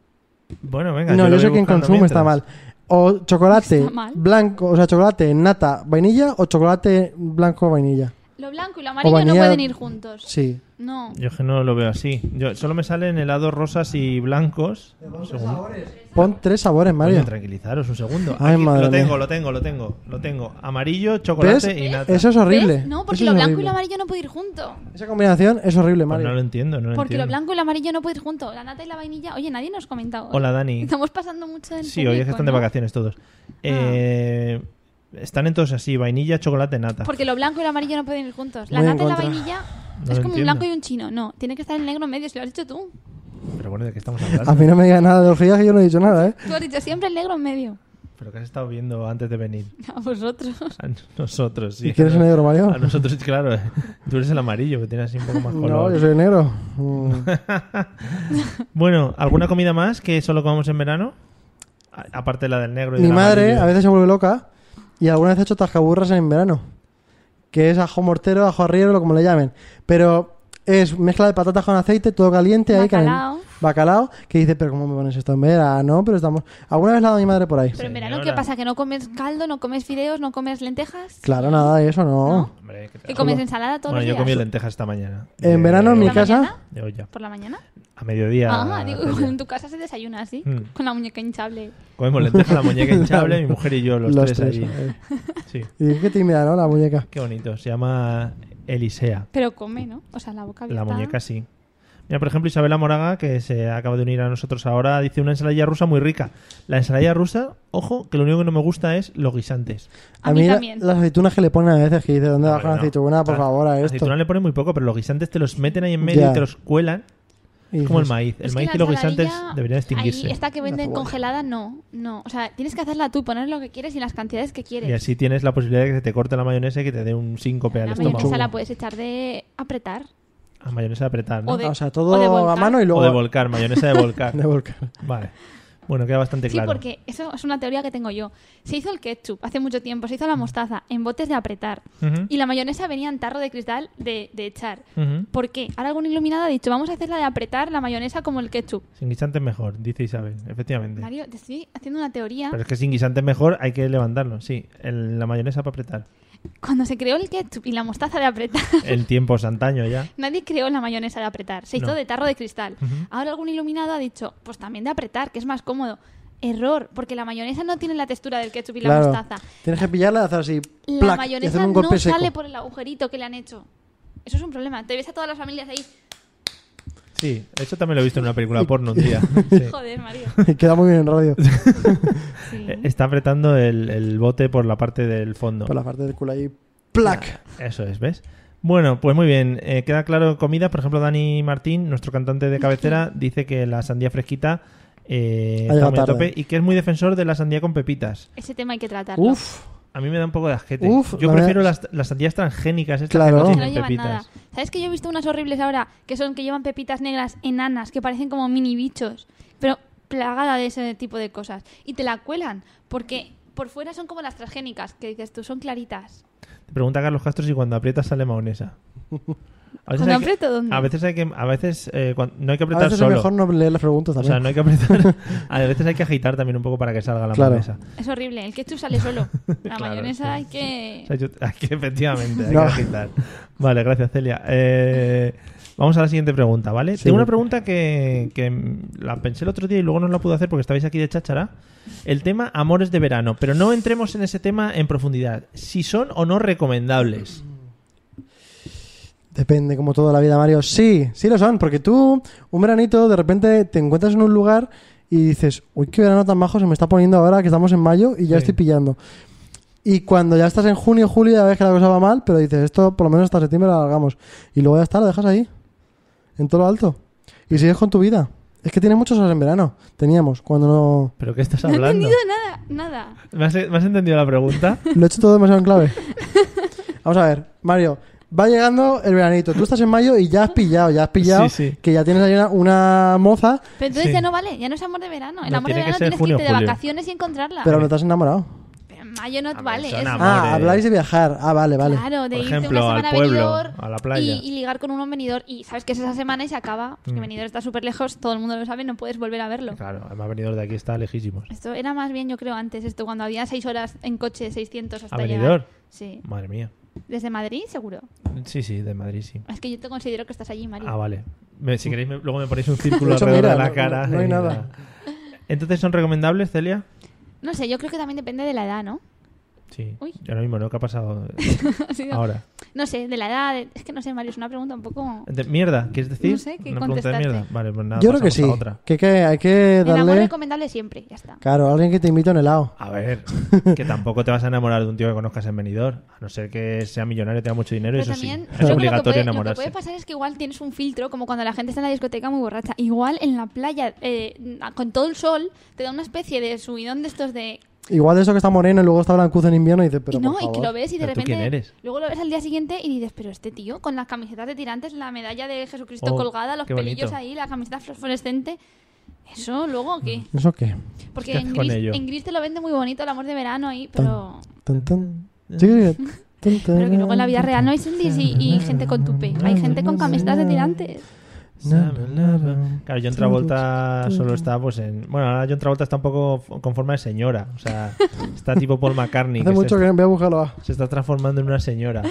A: Bueno, venga. lo
B: no, yo
A: voy
B: sé quién
A: buscando
B: consume
A: mientras.
B: está mal. O chocolate
C: Está mal.
B: blanco, o sea, chocolate, nata, vainilla o chocolate blanco, vainilla.
C: Lo blanco y lo amarillo no
B: vainilla-
C: pueden ir juntos.
B: Sí.
C: No.
A: Yo es que no lo veo así. Yo, solo me salen helados rosas y blancos. Un segundo.
B: Pon tres sabores,
A: Coño,
B: Mario.
A: tranquilizaros un segundo.
B: Ay,
A: Aquí-
B: madre
A: lo tengo,
B: mía.
A: lo tengo, lo tengo, lo tengo. Amarillo,
B: ¿Ves?
A: chocolate y nata. Pues
B: Eso es horrible.
C: ¿Ves? No, porque
B: Eso
C: lo
B: es
C: blanco y
B: horrible.
C: lo amarillo no pueden ir juntos.
B: Esa combinación es horrible,
A: Pues
B: Mario.
A: no lo entiendo, no lo
C: Porque lo
A: entiendo.
C: blanco y lo amarillo no pueden ir juntos. La nata y la vainilla. Oye, nadie nos ha comentado. ¿eh?
A: Hola, Dani.
C: Estamos pasando mucho del
A: Sí, hoy es
C: público,
A: que están de
C: ¿no? Ah.
A: vacaciones todos. Eh, están entonces así, vainilla, chocolate, nata.
C: Porque lo blanco y lo amarillo no pueden ir juntos. La
B: Muy en
C: nata y la
B: contra.
C: vainilla
A: No
C: es
A: lo
C: como un
A: entiendo.
C: blanco y un chino. No, tiene que estar el negro en medio, si lo has dicho tú.
A: Pero bueno, ¿de qué estamos
B: A mí
A: hablando?
B: no me digas nada de orgías que yo no he dicho nada, ¿eh?
C: Tú has dicho siempre el negro en medio.
A: ¿Pero qué has estado viendo antes de venir?
C: A vosotros.
A: A nosotros, sí.
B: ¿Y quién es el negro, Mario?
A: A nosotros, claro. eh. Tú eres el amarillo, que tienes así un poco más color.
B: No, yo soy negro. Mm.
A: Bueno, ¿alguna comida más que solo comamos en verano? A- aparte de la del negro y
B: Mi
A: del
B: madre
A: amarillo.
B: a veces se vuelve loca y alguna vez ha hecho tascaburras en verano. Que es ajo mortero, ajo arriero, lo como le llamen. Pero es mezcla de patatas con aceite, todo caliente. ahí calen-
C: Bacalao.
B: Bacalao. Que dice, pero ¿cómo me pones esto en verano? Pero estamos... ¿Alguna vez la ha dado mi madre por ahí?
C: Pero en verano,
A: Señora.
C: ¿qué pasa? ¿Que no comes caldo, no comes fideos, no comes lentejas?
B: Claro, nada de eso, no.
C: ¿No?
A: Hombre, ¿qué tal?
C: ¿Que comes ensalada todos
A: Bueno,
C: los
A: yo
C: días?
A: comí lentejas esta mañana.
B: En
A: De-
B: verano en
A: de
B: mi
C: ¿Por la
A: olla.
B: casa-
C: mañana?
A: De olla.
C: ¿Por la mañana?
A: A mediodía.
C: Ah, digo,
A: Celia.
C: en tu casa se desayuna así,
A: Mm.
C: con la muñeca hinchable.
A: Comemos lentejas, la muñeca hinchable, mi mujer y yo, los,
B: Los
A: tres,
B: tres, eh.
A: allí. Sí,
B: Y dice, qué tímida, ¿no? La muñeca.
A: qué bonito. Se llama Elisea.
C: Pero come, ¿no? O sea, la boca
A: La
C: abierta.
A: muñeca sí. Mira, por ejemplo, Isabela Moraga, que se acaba de unir a nosotros ahora, dice una ensalada rusa muy rica. La ensalada rusa, ojo, que lo único que no me gusta es los guisantes.
C: A, mí,
B: la-
C: también.
B: las aceitunas que le ponen a veces, que dice, ¿dónde
A: No, Ah,
B: bajan
A: no.
B: Ah, aceituna? Por
A: A-
B: favor, a esto.
A: Aceituna le ponen muy poco, pero los guisantes te los meten ahí en medio
B: Ya.
A: y te los cuelan.
B: Y
A: como el
B: dices,
A: maíz. El
C: Es que
A: maíz
C: la
A: y los
C: ensaladilla,
A: guisantes deberían extinguirse.
C: Ahí, esta que venden
B: cebolla.
C: congelada, no. No. O sea, tienes que hacerla tú, poner lo que quieres y las cantidades que quieres.
A: Y así tienes la posibilidad de que se te corte la mayonesa y que te dé un síncope al
C: la
A: estómago.
C: mayonesa la puedes echar de apretar.
A: A mayonesa de apretar, ¿no?
C: O de-
B: O sea,
C: o de
B: todo a
C: volcar.
B: mano y luego.
A: O de volcar, mayonesa de volcar.
B: de volcar.
A: Vale. Bueno, queda bastante
C: Sí,
A: claro.
C: porque eso es una teoría que tengo yo. Se hizo el ketchup hace mucho tiempo, se hizo la mostaza en botes de apretar.
A: Ujú.
C: Y la mayonesa venía en tarro de cristal de, de echar.
A: Ujú.
C: ¿Por qué? Ahora algún iluminado ha dicho, vamos a hacerla de apretar la mayonesa como el ketchup.
A: Sin guisantes mejor, dice Isabel, efectivamente.
C: Mario, te estoy haciendo una teoría.
A: Pero es que sin guisantes mejor hay que levantarlo, sí. El- la mayonesa para apretar.
C: Cuando se creó el ketchup y la mostaza de apretar,
A: El tiempo es antaño ya.
C: nadie creó la mayonesa de apretar. Se hizo
A: No.
C: de tarro de cristal. Ahora algún iluminado ha dicho, pues también de apretar, que es más cómodo. Error, porque la mayonesa no tiene la textura del ketchup y
B: Claro.
C: la mostaza.
B: Tienes que pillarla y hacer así.
C: La
B: plac, y hacer
C: mayonesa
B: un
C: no
B: golpe seco.
C: sale por el agujerito que le han hecho. Eso es un problema. Te ves a todas las familias ahí.
A: Sí, eso también lo he visto en una película porno un día. Sí.
C: Joder, Mario.
B: Queda muy bien en radio.
C: Sí.
A: Eh, Está apretando el, el bote por la parte del fondo.
B: Por la parte del culo ahí. ¡Plac!
A: Eso es, ¿ves? Bueno, pues muy bien. eh, queda claro comida. Por ejemplo, Dani Martín, nuestro cantante de cabecera, dice que la sandía fresquita eh, está
B: Ha llegado
A: muy a
B: tarde.
A: tope y que es muy defensor de la sandía con pepitas.
C: Ese tema hay que tratarlo.
B: Uf.
A: A mí me da un poco de ajete.
B: Uf,
A: Yo
B: la
A: prefiero
B: verdad-
A: las, las sandías transgénicas, estas
B: Claro.
A: que no
C: Que
A: tienen
C: no llevan
A: pepitas.
C: nada. ¿Sabes que yo he visto unas horribles ahora que son que llevan pepitas negras enanas que parecen como mini bichos? Pero plagada de ese tipo de cosas. Y te la cuelan porque por fuera son como las transgénicas que dices tú, son claritas.
A: Te pregunta Carlos Castro si cuando aprietas sale maonesa. A
C: ¿Cuando
A: hay que-
C: aprieto dónde?
A: A veces, hay que, a veces eh, cuan- no hay que
B: A
A: apretar
B: veces
A: solo.
B: es mejor no leer las preguntas
A: O
B: también.
A: sea, no hay que apretar. A veces hay que agitar también un poco para que salga la
B: Claro.
A: maonesa.
C: Es horrible. El ketchup sale solo. La
A: Claro,
C: mayonesa
A: sí.
C: hay que...
A: O sea, yo- hay que- efectivamente, hay
B: No.
A: que agitar. Vale, gracias, Celia. Eh, vamos a la siguiente pregunta, ¿vale?
B: Sí.
A: Tengo una pregunta que, que la pensé el otro día y luego no la pude hacer porque estabais aquí de cháchara. El tema amores de verano, pero no entremos en ese tema en profundidad. Si son o no recomendables.
B: Depende, como toda la vida, Mario. Sí, sí lo son, porque tú, un veranito, de repente te encuentras en un lugar y dices, uy, qué verano tan bajo se me está poniendo ahora que estamos en mayo y ya
A: Sí.
B: estoy pillando. Y cuando ya estás en junio, julio, ya ves que la cosa va mal, pero dices, esto por lo menos hasta septiembre lo alargamos. Y luego ya está, lo dejas ahí, en todo lo alto. Y sigues con tu vida. Es que tiene muchos horas en verano. Teníamos, cuando no...
A: ¿Pero qué estás
C: No he
A: hablando?
C: entendido nada, nada.
A: ¿Me has, me has entendido la pregunta?
B: Lo he hecho todo demasiado en clave. Vamos a ver, Mario. Va llegando el veranito. Tú estás en mayo y ya has pillado, ya has pillado
A: Sí, sí.
B: que ya tienes ahí una, una moza,
C: Pero entonces
A: Sí.
C: ya no vale, ya no es amor de verano. El
A: No,
C: amor de
A: tiene que
C: verano tienes
A: ser
C: que irte
A: junio,
C: de
A: julio.
C: vacaciones y encontrarla.
B: pero no te has enamorado.
C: Pero en mayo no
A: ver,
C: vale.
A: son
C: es-
A: amores.
B: Ah, habláis de viajar. Ah, vale, vale.
C: Claro, de
A: Por
C: irte
A: ejemplo,
C: una semana
A: al pueblo,
C: a Benidorm
A: a la playa. Mm.
C: Y, y ligar con un venidor. Y sabes que es esa semana y se acaba. Porque venidor está súper lejos, todo el mundo lo sabe, no puedes volver a verlo.
A: Claro, además venido de aquí está lejísimos.
C: Esto era más bien, yo creo, antes esto, cuando había seis horas en coche, 600 hasta
A: ¿A
C: llegar.
A: Benidorm?
C: Sí.
A: Madre mía.
C: ¿Desde Madrid, seguro?
A: Sí, sí, de Madrid sí.
C: Es que yo te considero que estás allí, Mario.
A: Ah, vale. Me- si queréis, me- luego me ponéis un círculo
B: De hecho,
A: alrededor
B: mira,
A: de la
B: no-
A: cara.
B: no hay
A: y
B: nada.
A: Entonces, ¿son recomendables, Celia?
C: No sé, yo creo que también depende de la edad, ¿no?
A: Sí.
C: Uy.
A: Yo ahora mismo, ¿no? ¿Qué ha pasado
C: Ha sido-
A: ahora?
C: No sé, de la edad. de- Es que no sé, Mario, es una pregunta un poco.
A: De- ¿Mierda? ¿Quieres decir?
C: No sé, ¿qué
A: Una pregunta de
C: contestaste?
A: mierda. Vale, pues nada,
B: Yo creo que
A: pasamos
B: sí.
A: a otra.
B: Que, que hay que
C: El amor
B: darle.
C: recomendable siempre, ya está.
B: Claro, alguien que te invite a un helado.
A: A ver, que tampoco te vas a enamorar de un tío que conozcas en Benidorm. A no ser que sea millonario, tenga mucho dinero,
C: Pero
A: eso
C: también
A: sí.
C: creo que
A: Es
C: lo que
A: obligatorio
C: puede- Lo que
A: enamorarse.
C: puede pasar es que igual tienes un filtro, como cuando la gente está en la discoteca muy borracha. Igual en la playa, eh, con todo el sol, te da una especie de subidón de estos de...
B: Igual de eso que está moreno y luego está blancuzo en invierno y dices, pero.
C: y no,
B: por
C: y que
B: favor.
C: lo ves y de
A: ¿Pero tú
C: repente...
A: quién eres?
C: Luego lo ves al día siguiente y dices, pero este tío, con las camisetas de tirantes, la medalla de Jesucristo
A: Oh,
C: colgada, los
A: qué bonito.
C: pelillos ahí, la camiseta fosforescente... Eso, luego, ¿qué?
B: ¿Eso qué?
C: Porque
A: Mm.
C: en
A: ¿Qué haces con
C: gris,
A: ello?
C: en gris te lo vende muy bonito el amor de verano ahí, pero...
B: Tan, tan. Sí, que- tan, tan.
C: Pero que luego en la vida real no hay sindis y, y gente con tupe. Hay gente con camisetas de tirantes.
A: Claro, John Travolta solo está pues en... Bueno, ahora John Travolta está un poco f- con forma de señora. O sea, está tipo Paul McCartney.
B: Hace
A: que se
B: mucho que voy a buscarlo.
A: Se está transformando en una señora.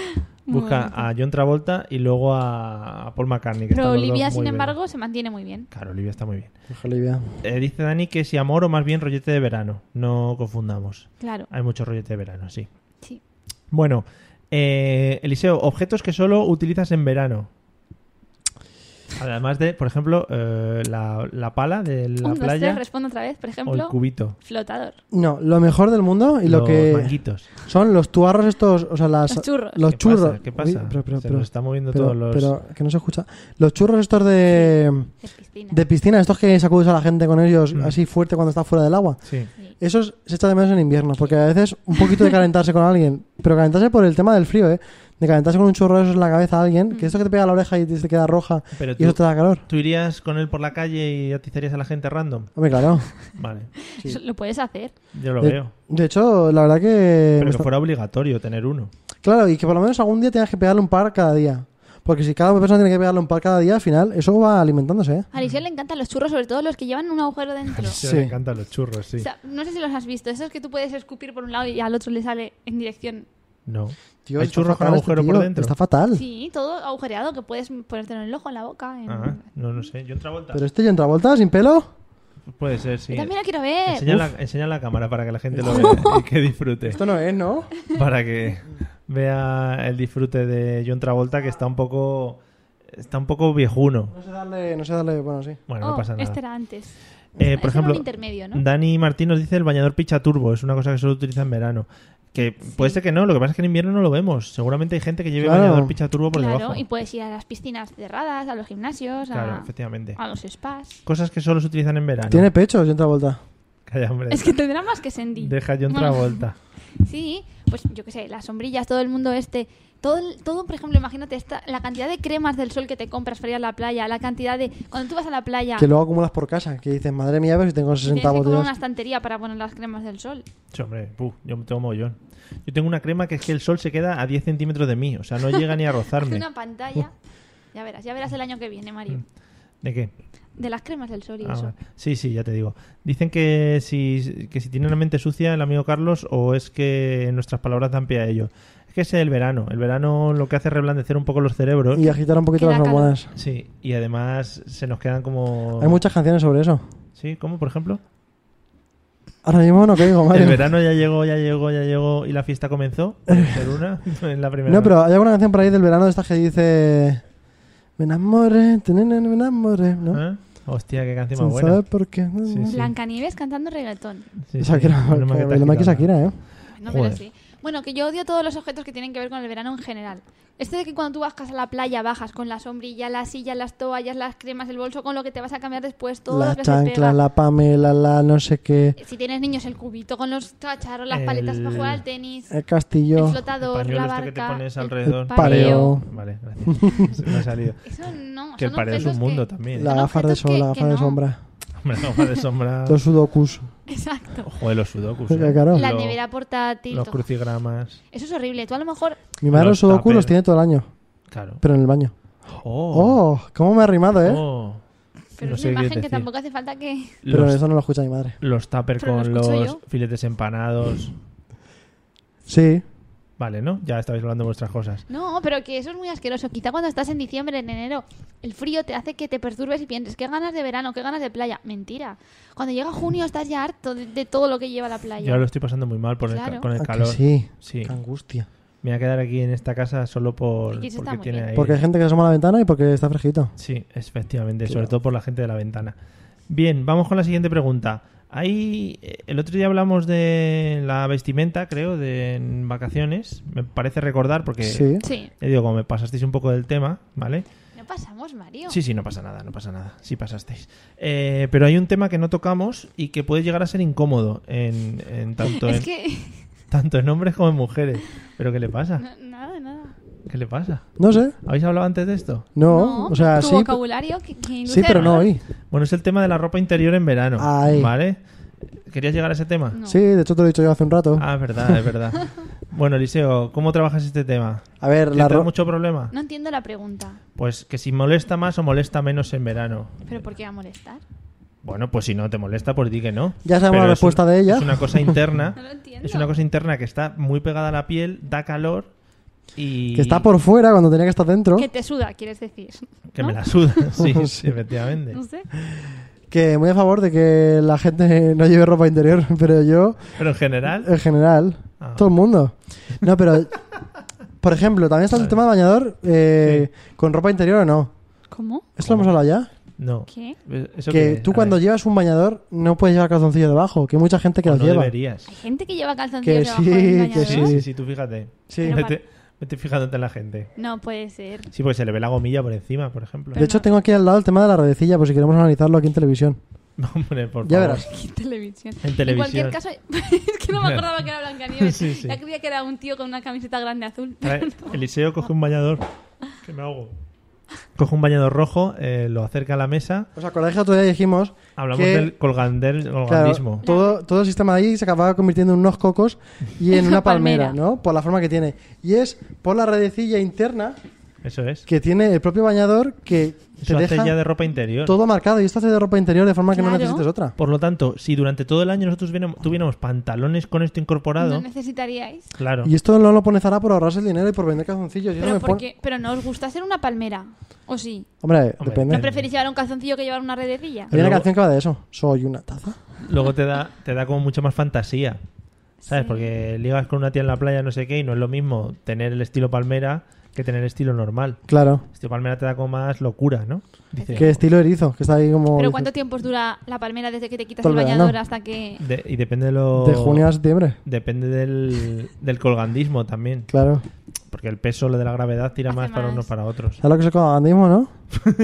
A: Busca a John Travolta y luego a a Paul McCartney. Que
C: Pero
A: están los dos
C: Olivia,
A: muy
C: sin
A: bien.
C: embargo, se mantiene muy bien.
A: Claro, Olivia está muy bien.
B: Ojalá, Olivia.
A: Eh, dice Dani que si amor o más bien rollete de verano. No confundamos.
C: Claro,
A: Hay mucho rollete de verano, sí.
C: sí.
A: Bueno, eh, Eliseo, objetos que solo utilizas en verano. Además de, por ejemplo, eh, la, la pala de la
C: Un, dos, tres,
A: playa
C: respondo otra vez. Por
A: o el
C: ejemplo,
A: cubito.
C: flotador.
B: No, lo mejor del mundo y lo
A: los
B: que
A: manguitos.
B: son los tuarros estos, o sea, las,
C: Los churros.
B: los
A: ¿Qué
B: churros.
A: pasa? ¿Qué
B: Uy,
A: pasa?
B: pero, pero,
A: se
B: pero-
A: nos está moviendo
B: pero-
A: todos los...
B: pero que no se escucha. Los churros estos de,
C: de piscina.
B: de piscina, estos que sacudes a la gente con ellos
A: Mm.
B: así fuerte cuando está fuera del agua.
A: Sí.
B: Esos se echa de menos en invierno, porque a veces un poquito de calentarse con alguien, pero calentarse por el tema del frío, ¿eh? De calentarse con un churro de esos en la cabeza a alguien,
C: Mm.
B: que esto que te pega la oreja y te queda roja
A: Pero
B: y eso
A: tú,
B: te da calor.
A: tú irías con él por la calle y atizarías a la gente random.
B: Hombre, claro.
A: Vale,
C: Eso Lo puedes hacer.
A: yo lo
B: De-
A: veo.
B: De hecho, la verdad que...
A: Pero
B: me
A: que
B: Eh, está-
A: fuera obligatorio tener uno.
B: Claro, y que por lo menos algún día tengas que pegarle un par cada día. Porque si cada persona tiene que pegarle un par cada día, al final eso va alimentándose, ¿eh?
C: A Alicia le encantan los churros, sobre todo los que llevan un agujero dentro.
A: Mm. Sí.
B: Sí.
A: Me encantan los churros, sí.
C: O sea, no sé si los has visto. Esos que tú puedes escupir por un lado y al otro le sale en dirección.
A: No.
B: Tío,
A: ¿Hay
B: está
A: churros con
B: fatal este
A: agujero por
B: tío,
A: dentro?
B: Está fatal.
C: Sí, todo agujereado que puedes ponértelo en el ojo, en la boca. en-
A: Ah, no, no sé. Yo otra vuelta.
B: Pero este ya entra vuelta, sin pelo.
A: Puede ser, sí.
C: Yo también lo quiero ver.
A: Enseña la, enseña la cámara para que la gente lo vea y que disfrute.
B: Esto no es, ¿no?
A: Para que vea el disfrute de John Travolta que está un poco está un poco viejuno.
B: No sé darle, no sé darle, bueno, sí.
A: Bueno,
C: Oh,
A: no pasa nada.
C: Este era antes.
A: Eh,
C: Este era
A: por ejemplo,
C: un intermedio, ¿no?
A: Dani Martín nos dice el bañador picha turbo, es una cosa que solo utiliza en verano. Que puede ser que no, lo que pasa es que en invierno no lo vemos. Seguramente hay gente que lleve
B: Claro.
A: bañador picha turbo por
C: claro,
A: debajo.
C: y pues, ah, puedes ir a las piscinas cerradas, a los gimnasios,
A: Claro,
C: a,
A: efectivamente. Eh,
C: a los spas.
A: Cosas que solo se utilizan en verano.
B: Tiene pecho, ya entra vuelta.
A: Calla, hombre.
C: Es que tendrá más que Sandy.
A: Deja John
C: Bueno,
A: Travolta.
C: Sí, pues yo qué sé, las sombrillas, todo el mundo este. Todo, el- todo, por ejemplo, imagínate esta, la cantidad de cremas del sol que te compras para ir a la playa, la cantidad de. Cuando tú vas a la playa,
B: Que luego acumulas por casa, que dices, madre mía, a ver si tengo
C: tienes
B: 60
C: que comprar una
B: botellas.
C: estantería para poner las cremas del sol.
A: Sí, hombre, puf, yo tengo mogollón. Yo tengo una crema que es que el sol se queda a 10 centímetros de mí, o sea, no llega ni a rozarme.
C: Una pantalla. Ya verás, ya verás el año que viene, Mario.
A: ¿De qué?
C: De las cremas del sol y
A: Ah,
C: eso.
A: vale. Sí, sí, ya te digo. Dicen que si, que si tiene la mente sucia el amigo Carlos o es que nuestras palabras dan pie a ello. Es que es el verano. El verano lo que hace es reblandecer un poco los cerebros.
B: Y agitar un poquito
C: Que
B: las
C: da calor.
B: hormonas.
A: Sí, y además se nos quedan como...
B: Hay muchas canciones sobre eso.
A: Sí, ¿cómo, por ejemplo?
B: Ahora mismo no caigo, madre.
A: El verano ya llegó, ya llegó, ya llegó y la fiesta comenzó. Puede ser una en la primera.
B: No, pero hay alguna canción por ahí del verano de estas que dice... Me enamoré, tenene, me enamoré, ¿no?
A: ¿Eh? Hostia, qué canción
B: Sin
A: más buena.
B: saber por qué.
A: Sí, sí.
C: Blancanieves cantando reggaetón.
A: Sí, sí,
B: Shakira,
A: menos mal que te has
B: menos mal que
A: quitado.
B: Shakira, ¿eh?
C: No, pero
A: Joder.
C: sí. Bueno, que yo odio todos los objetos que tienen que ver con el verano en general. Este de que cuando tú bajas a la playa bajas con la sombrilla, la silla, las toallas, las cremas, el bolso, con lo que te vas a cambiar después, todo
B: La
C: lo que se
B: chancla,
C: pega.
B: la pamela, la no sé qué,
C: Si tienes niños, el cubito con los cacharros, las paletas para
A: El-
C: jugar al tenis,
B: el
C: el
B: castillo.
A: El
C: flotador,
A: pañuelo
C: la
A: este que te
C: barca,
A: pones
C: el
A: alrededor.
B: pareo.
A: Vale, gracias. Se me ha salido.
C: Eso no,
A: Que el
C: son
A: pareo es
C: objetos
A: un mundo
C: que-
A: también. ¿eh?
B: La
C: Son
B: gafas de
C: objetos
B: sol,
C: que-
B: la
C: que
B: gafas de
C: no.
B: sombra.
A: Hombre, la goma de sombra.
B: Los sudokus.
C: Exacto.
A: Joder, los sudokus.
B: Ya,
A: eh.
B: claro.
C: La
A: Lo-
C: nevera portátil.
A: Los
C: todo.
A: crucigramas.
C: Eso es horrible. Tú a lo mejor
B: Mi madre
A: Los
B: los sudokus los
A: tuppers.
B: tiene todo el año,
A: Claro.
B: pero en el baño.
A: Oh.
B: Oh, cómo me ha arrimado, ¿eh?
A: oh.
C: Pero
A: No
C: es
A: sé
C: una
A: qué
C: imagen que
A: decir.
C: tampoco hace falta que...
B: Pero
A: Los,
B: eso no lo escucha mi madre.
A: los tupper
C: Pero lo
A: con
C: escucho
A: los
C: yo.
A: filetes empanados.
B: Sí.
A: Vale, ¿no? Ya estabais hablando de vuestras cosas.
C: No, pero que eso es muy asqueroso. Quizá cuando estás en diciembre, en enero, el frío te hace que te perturbes y pienses, qué ganas de verano, qué ganas de playa. Mentira. Cuando llega junio estás ya harto de, de todo lo que lleva la
A: Yo ahora
C: playa.
A: lo estoy pasando muy mal por el ca-
C: Ah, Claro.
A: con
B: Ah,
A: el
B: que
A: calor.
B: Sí.
A: Sí.
B: Qué angustia.
A: Me voy a quedar aquí en esta casa solo por,
C: Aquí se está
A: porque
C: muy
A: tiene
C: bien.
A: ahí.
B: Porque hay gente que se asoma a la ventana y porque está fresquito.
A: Sí, efectivamente, sobre todo por la gente de la ventana. Bien, vamos con la siguiente pregunta. Ahí, eh, el otro día hablamos de la vestimenta, creo, de en vacaciones. Me parece recordar porque,
B: Sí.
C: Sí.
A: eh, digo, como me pasasteis un poco del tema, ¿vale?
C: No pasamos, Mario.
A: Sí, sí, no pasa nada, no pasa nada. Sí pasasteis. Eh, pero hay un tema que no tocamos y que puede llegar a ser incómodo en, en tanto,
C: es
A: en,
C: que...
A: tanto en hombres como en mujeres. ¿Pero qué le pasa?
C: no, Nada, nada.
A: ¿Qué le pasa?
B: No sé.
A: ¿Habéis hablado antes de esto?
B: No, o sea,
C: tu
B: sí.
C: vocabulario que, que
B: Sí,
C: induce
B: pero no
C: error.
B: hoy.
A: Bueno, es el tema de la ropa interior en verano,
B: Ay.
A: ¿vale? ¿Querías llegar a ese tema?
C: No.
B: Sí, de hecho te lo he dicho yo hace un rato.
A: Ah, es verdad, es verdad. bueno, Eliseo, ¿cómo trabajas este tema?
B: A ver,
A: ¿Te
B: la
A: entra
B: ropa.
A: mucho problema?
C: No entiendo la pregunta.
A: Pues que si molesta más o molesta menos en verano.
C: ¿Pero por qué va a molestar?
A: Bueno, pues si no te molesta, pues di que no.
B: Ya sabemos
A: Pero
B: la
A: es
B: respuesta
A: un-
B: de ella.
A: Es una cosa interna.
C: No lo entiendo.
A: es una cosa interna que está muy pegada a la piel, da calor y...
B: Que está por fuera cuando tenía que estar dentro.
C: Que te suda, quieres decir.
A: Que
C: ¿no?
A: me la suda, sí,
B: Sí.
A: sí, efectivamente.
C: No sé.
B: Que muy a favor de que la gente no lleve ropa interior, pero yo,
A: Pero en general...
B: en general,
A: Ah.
B: todo el mundo. No, pero, por ejemplo, también está el tema de bañador eh, con ropa interior o no.
C: ¿Cómo?
B: ¿Esto lo hemos hablado ya?
A: No.
C: ¿Qué?
A: Eso
B: que tú
A: a
B: cuando
A: ver,
B: llevas un bañador no puedes llevar calzoncillo debajo, que hay mucha gente que
A: no
B: los lleva.
A: deberías.
C: Hay gente que lleva calzoncillos
B: Que
C: debajo
B: sí,
C: del
B: que
C: bañador.
A: Sí, sí, sí, tú fíjate.
B: Sí.
C: Pero
A: Vete, vete fijándote en la gente.
C: No puede ser.
A: Sí, porque se le ve la gomilla por encima, por ejemplo.
B: De hecho, tengo aquí al lado el tema de la redecilla, por si queremos analizarlo aquí en televisión.
A: Hombre, por
B: Ya
A: favor.
B: verás.
C: Qué televisión.
A: En televisión.
C: cualquier caso, es que no me acordaba que era Blancanieves.
A: Sí, sí.
C: Ya creía que era un tío con una camiseta grande azul.
A: Trae- Eliseo coge un bañador. Que me ahogo. Coge un bañador rojo, eh, lo acerca a la mesa.
B: ¿Os acordáis que Pues otro día dijimos
A: Hablamos
B: que
A: del colgandel,
B: claro,
A: colgandismo.
B: todo, todo el sistema de ahí se acababa convirtiendo en unos cocos y en una palmera,
C: Palmera.
B: ¿no? Por la forma que tiene. Y es por la redecilla interna
A: Eso es.
B: que tiene el propio bañador que
A: Eso
B: te
A: hace
B: deja
A: ya de ropa interior.
B: todo marcado. Y esto hace de ropa interior de forma que no
C: Claro.
B: necesites otra.
A: Por lo tanto, si durante todo el año nosotros viéramos- tuviéramos pantalones con esto incorporado,
C: No necesitaríais.
A: claro.
B: Y esto no lo pone Zara por ahorrarse el dinero y por vender calzoncillos. Yo no
C: Pero,
B: me pon-
C: porque, pero no os gusta ser una palmera. ¿O sí?
B: Hombre,
A: Eh.
B: depende.
C: ¿No preferís llevar un calzoncillo que llevar una redecilla?
B: Había una
A: Luego-
B: canción que va de eso. Soy una taza.
A: Luego te da, te da como mucha más fantasía. ¿Sabes? Porque ligas con una tía en la playa, no sé qué, y no es lo mismo tener el estilo palmera que tener el estilo normal.
B: Claro.
A: El estilo palmera te da como más locura, ¿no? Dice,
B: Que estilo erizo, que está ahí como...
C: ¿Pero cuánto tiempo os dura la palmera desde que te quitas
B: Todo
C: el
B: el
C: bañador
B: verano.
C: hasta que...
A: de- y depende de lo.
B: De junio a septiembre.
A: Depende del, del colgandismo también.
B: Claro.
A: Porque el peso, lo de la gravedad, tira
C: Hace
A: más para
C: más.
A: unos para otros.
B: ¿Sabes lo que es el colgandismo, no?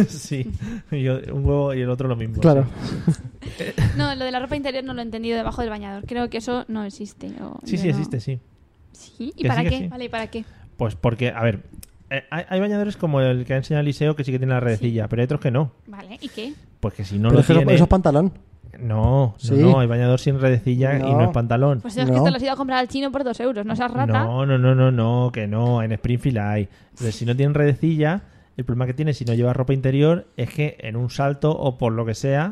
A: sí. Y yo- un huevo y el otro lo mismo.
B: Claro.
A: Pues sí.
C: No, lo de la ropa interior no lo he entendido debajo del bañador. Creo que eso no existe. o
A: Sí,
C: yo
A: sí,
C: no-
A: existe, sí.
C: ¿Sí?
A: Que
C: ¿Y para
A: sí, que
C: qué?
A: sí.
C: Vale, ¿y para qué?
A: Pues porque, a ver, eh, hay, hay bañadores como el que ha enseñado Eliseo que sí que tiene la redecilla, pero hay otros que no.
C: Vale, ¿y qué?
A: Pues que si no
B: Pero
A: lo
B: es que eso-
A: tiene...
B: eso es pantalón.
A: No, no,
B: Sí.
A: no, hay bañador sin redecilla y no
B: No.
A: es pantalón.
C: Pues es
B: No.
C: que te lo has ido a comprar al chino por dos euros, no seas rata.
A: No, no, no, no, no, que no, en Springfield hay. Entonces, si no tienen redecilla, el problema que tiene si no lleva ropa interior es que en un salto o por lo que sea,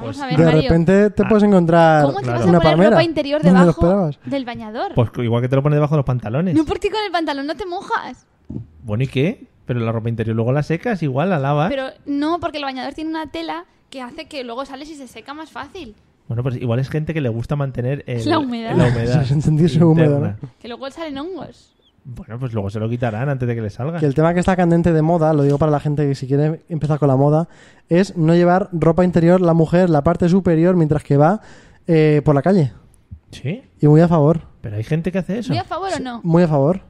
C: Vamos
A: Pues
C: a ver,
B: De
C: Mario.
B: repente te
A: Ah.
B: puedes encontrar
C: ¿Cómo te
A: claro.
C: vas a
B: una
C: poner
B: palmera.
C: ropa interior
B: ¿Dónde lo
C: debajo
B: esperabas?
C: del bañador?
A: pues igual que te lo pones debajo de los pantalones.
C: No, porque con el pantalón no te mojas.
A: Bueno, ¿y qué? Pero la ropa interior luego la secas, igual la lavas.
C: Pero no, porque el bañador tiene una tela que hace que luego sales y se seca más fácil.
A: Bueno, pues igual es gente que le gusta mantener el-
C: La humedad.
A: la humedad
B: Sentirse húmedo,
A: interna.
C: Que luego salen hongos.
A: Bueno, pues luego se lo quitarán antes de que le salga.
B: Que el tema que está candente de moda, lo digo para la gente que si quiere empezar con la moda, es no llevar ropa interior la mujer, la parte superior, mientras que va eh, por la calle.
A: Sí,
B: Y muy a favor.
A: pero hay gente que hace eso.
C: ¿Voy a favor o no?
B: Muy a favor.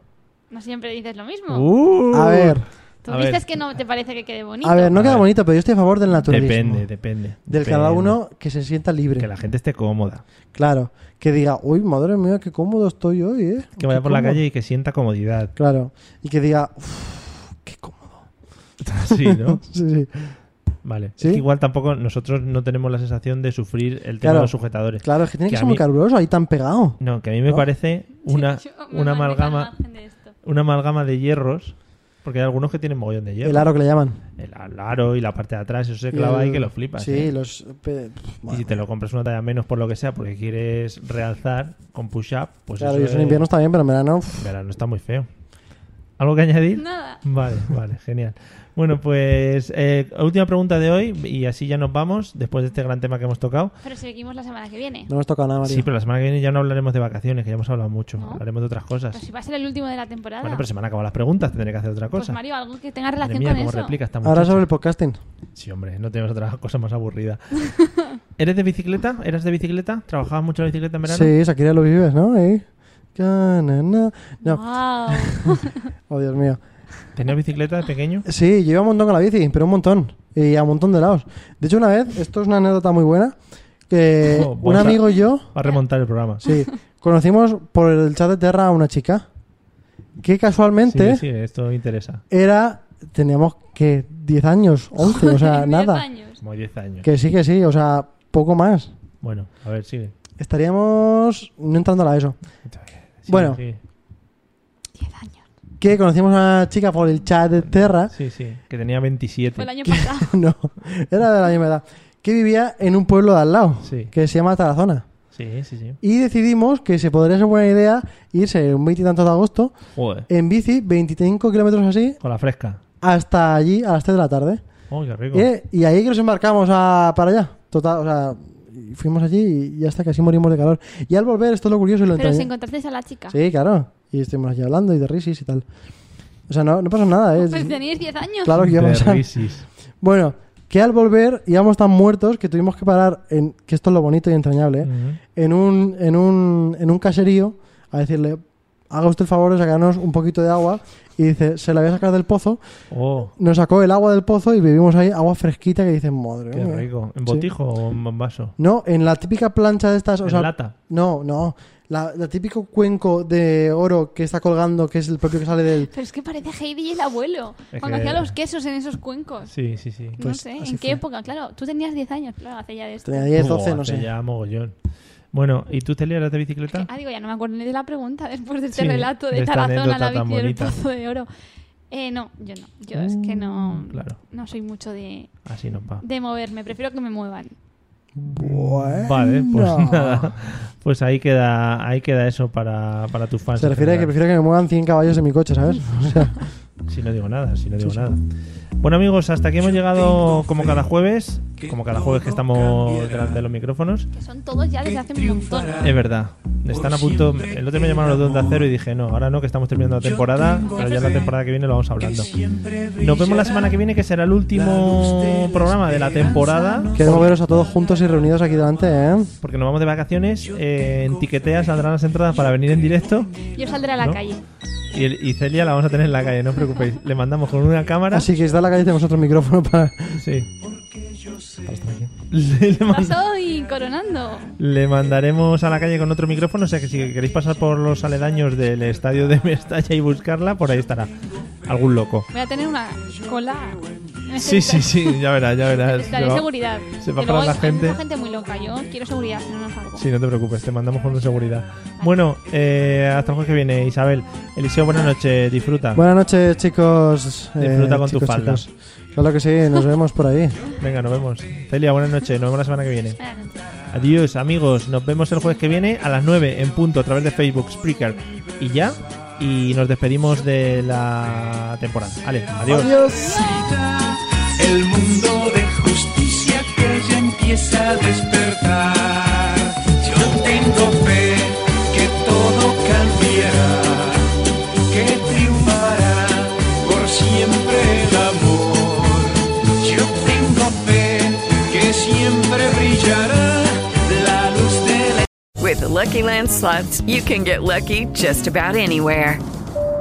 C: No siempre dices lo mismo.
A: Uh.
B: A ver,
C: Tú
A: a
C: dices
A: ver.
C: que no te parece que quede bonito.
B: a ver, no
A: A
B: queda
A: ver.
B: bonito, pero yo estoy a favor del naturalismo.
A: Depende, depende.
B: Del
A: Depende.
B: cada uno que se sienta libre.
A: Que la gente esté cómoda.
B: Claro. Que diga, uy, madre mía, qué cómodo estoy hoy, ¿eh?
A: Que vaya
B: Qué
A: por la
B: cómodo".
A: calle y que sienta comodidad.
B: Claro. Y que diga, "Uf, qué cómodo.
A: Sí, ¿no?
B: Sí, sí.
A: Vale. Es
B: ¿Sí?
A: que igual tampoco nosotros no tenemos la sensación de sufrir el tema
B: Claro.
A: de los sujetadores.
B: Claro, es que tiene que,
A: Que a
B: ser muy
A: mí-
B: caluroso ahí tan pegado.
A: No, que a mí me
B: ¿No?
A: parece una,
C: Yo me
A: una
C: manejo al
A: amalgama
C: margen de esto.
A: una amalgama de hierros, porque hay algunos que tienen mogollón de hierro.
B: El aro que le llaman.
A: El a- el aro y la parte de atrás, eso se clava
B: Y
A: ahí
B: el-
A: que lo flipas.
B: Sí,
A: ¿eh?
B: los. pe- pf,
A: Y pues si
B: bueno.
A: te lo compras una talla menos por lo que sea, porque quieres realzar con push-up, pues
B: Claro,
A: eso
B: y eso en
A: es-
B: invierno está bien, pero en verano. pf,
A: en verano está muy feo. ¿Algo que añadir?
C: Nada.
A: Vale, vale, genial. Bueno, pues eh, última pregunta de hoy y así ya nos vamos después de este gran tema que hemos tocado.
C: Pero seguimos la semana que viene.
B: no nos toca nada, María.
A: Sí, pero la semana que viene ya no hablaremos de vacaciones, que ya hemos hablado mucho,
C: ¿No?
A: hablaremos de otras
C: Pero
A: cosas.
C: si va a ser el último de la temporada.
A: Bueno, pero se me han acabado las preguntas, tendré que hacer otra
C: pues
A: cosa.
C: Mario, algo que tenga
A: Madre
C: relación
A: mía,
C: con
A: cómo
C: eso.
A: replica esta
B: Ahora
A: muchacha.
B: sobre el podcasting.
A: Sí, hombre, no tenemos otra cosa más aburrida. ¿Eres de bicicleta? ¿Eras de bicicleta? ¿Trabajabas mucho en bicicleta en verano?
B: Sí, Shakira lo vives, ¿no? Ahí. Ca- na- na. No,
C: Wow.
B: oh Dios mío.
A: ¿Tenías bicicleta de pequeño?
B: Sí, yo iba un montón con la bici, pero un montón. Y a un montón de lados. De hecho, una vez, esto es una anécdota muy buena, que
A: Oh,
B: un
A: bolsa.
B: amigo y yo
A: Va a remontar el programa.
B: sí, conocimos por el chat de Terra a una chica que casualmente
A: sí, esto interesa.
B: era, teníamos que 10 años, 11, o sea,
C: Diez
B: nada.
C: años.
A: Como 10 años.
B: Que sí, que sí, o sea, poco más.
A: Bueno, a ver, sigue.
B: Estaríamos no entrando a la ESO.
A: Sigue,
B: Bueno.
A: sigue.
C: Diez años.
B: Que conocimos a una chica por el chat de Terra
A: Sí, sí, que tenía 27.
C: Fue el año pasado.
B: No, era de la misma edad. Que vivía en un pueblo de al lado,
A: Sí.
B: que se llama Tarazona.
A: Sí, sí, sí.
B: Y decidimos que se podría ser buena idea irse un 20 y tantos de agosto
A: Joder.
B: en bici, 25 kilómetros así,
A: Eh, Con la fresca.
B: hasta allí a las 3 de la tarde.
A: Oh, qué rico.
B: Eh, y ahí que nos embarcamos a- para allá. Total, o sea, y fuimos allí y ya está, casi morimos de calor. Y al volver, esto es lo curioso y lo
C: Pero si
B: entrañable.
C: encontrasteis a la chica.
B: Sí, claro. Y estuvimos allí hablando y de risis y tal. O sea, no, no pasa nada, ¿eh?
C: Pues teníais 10 años.
B: Claro que iba a pasar.
A: Perrisis.
B: Bueno, que al volver íbamos tan muertos que tuvimos que parar en, que esto es lo bonito y entrañable, ¿eh? en, un, en, un, en un caserío a decirle, haga usted el favor de sacarnos un poquito de agua. Y dice, se la voy a sacar del pozo.
A: Oh,
B: Nos sacó el agua del pozo y bebimos ahí agua fresquita que dicen, madre
A: qué
B: mía".
A: rico. ¿En
B: Eh, Sí.
A: botijo o en vaso?
B: No, en la típica plancha de estas, o
A: en
B: sea,
A: lata.
B: no, no. La, la típico cuenco de oro que está colgando, que es el propio que sale del...
C: Pero es que parece Heidi y el abuelo.
A: Es
C: cuando
A: que-
C: hacía los quesos en esos cuencos.
A: Sí, sí, sí.
B: Pues
C: no sé,
B: así
C: ¿en qué
B: fue.
C: época? Claro, tú tenías 10 años, claro, hace ya de esto.
B: Tenía 10, 12,
A: Oh,
B: no
A: hace
B: sé.
A: Ya mogollón. Bueno, ¿y tú te liaras de bicicleta?
C: Ah, digo, ya no me acuerdo ni de la pregunta después de este
A: Sí,
C: relato
A: de
C: de
A: esta
C: Tarazona a
A: anécdota
C: la
A: tan
C: bici del
A: bonita. Mm,
C: pozo de oro. Eh, no, yo no. Yo es que no,
A: Claro,
C: no soy mucho de,
A: así no va.
C: de moverme, prefiero que me muevan.
B: Bueno.
A: Vale, pues nada. Pues ahí queda, ahí queda eso para, para tus fans.
B: Se
A: en
B: refiere a que
A: general.
B: prefiero que me muevan 100 caballos de mi coche, ¿sabes? O sea,
A: Si no digo nada, si no digo nada. Bueno amigos, hasta aquí hemos llegado como cada jueves, como cada jueves que estamos delante de los micrófonos.
C: Que son todos ya desde hace un montón.
A: Es verdad, están a punto... El otro me llamaron los dos de acero y dije, no, ahora no, que estamos terminando la temporada, pero ya la temporada que viene lo vamos hablando. Nos vemos la semana que viene, que será el último programa de la temporada.
B: queremos veros a todos juntos y reunidos aquí delante, ¿eh?
A: Porque nos vamos de vacaciones, eh, en tiquetea saldrán las entradas para venir en directo
C: Yo saldré a la
A: ¿No?
C: calle.
A: y, el- y Celia la vamos a tener en la calle, no os preocupéis. Le mandamos con una cámara.
B: Así que está en la calle tenemos otro micrófono para...
A: Sí. Le, le mand-
C: Soy coronando.
A: le mandaremos a la calle con otro micrófono, o sea que si queréis pasar por los aledaños del estadio de Mestalla y buscarla, por ahí estará algún loco.
C: Voy a tener una cola.
A: Sí, sí, sí, ya verás, ya verás.
C: Necesitaré
A: Yo-
C: seguridad.
A: se va
C: Que
A: para
C: luego
A: la
C: hay- hay
A: gente.
C: mucha gente muy loca. Yo quiero seguridad, si no, no salgo.
A: Sí, no te preocupes, te mandamos con seguridad. Bueno, eh, hasta el jueves que viene, Isabel. Eliseo, buenas noches, disfruta.
B: Buenas noches, chicos.
A: Disfruta con tu falda.
B: Claro que sí, nos vemos por ahí.
A: Venga, nos vemos. Celia, buenas noches, nos vemos la semana que viene.
C: Buenas noches.
A: Adiós, amigos. Nos vemos el jueves que viene a las 9 en punto a través de Facebook, Spreaker y ya. Y nos despedimos de la temporada. Vale, adiós.
E: El mundo de justicia que ya empieza a despertar. Yo tengo fe que todo cambiará, que triunfará por siempre el amor. Yo tengo fe que siempre brillará la luz de la
F: With the Lucky Land slots, you can get lucky just about anywhere.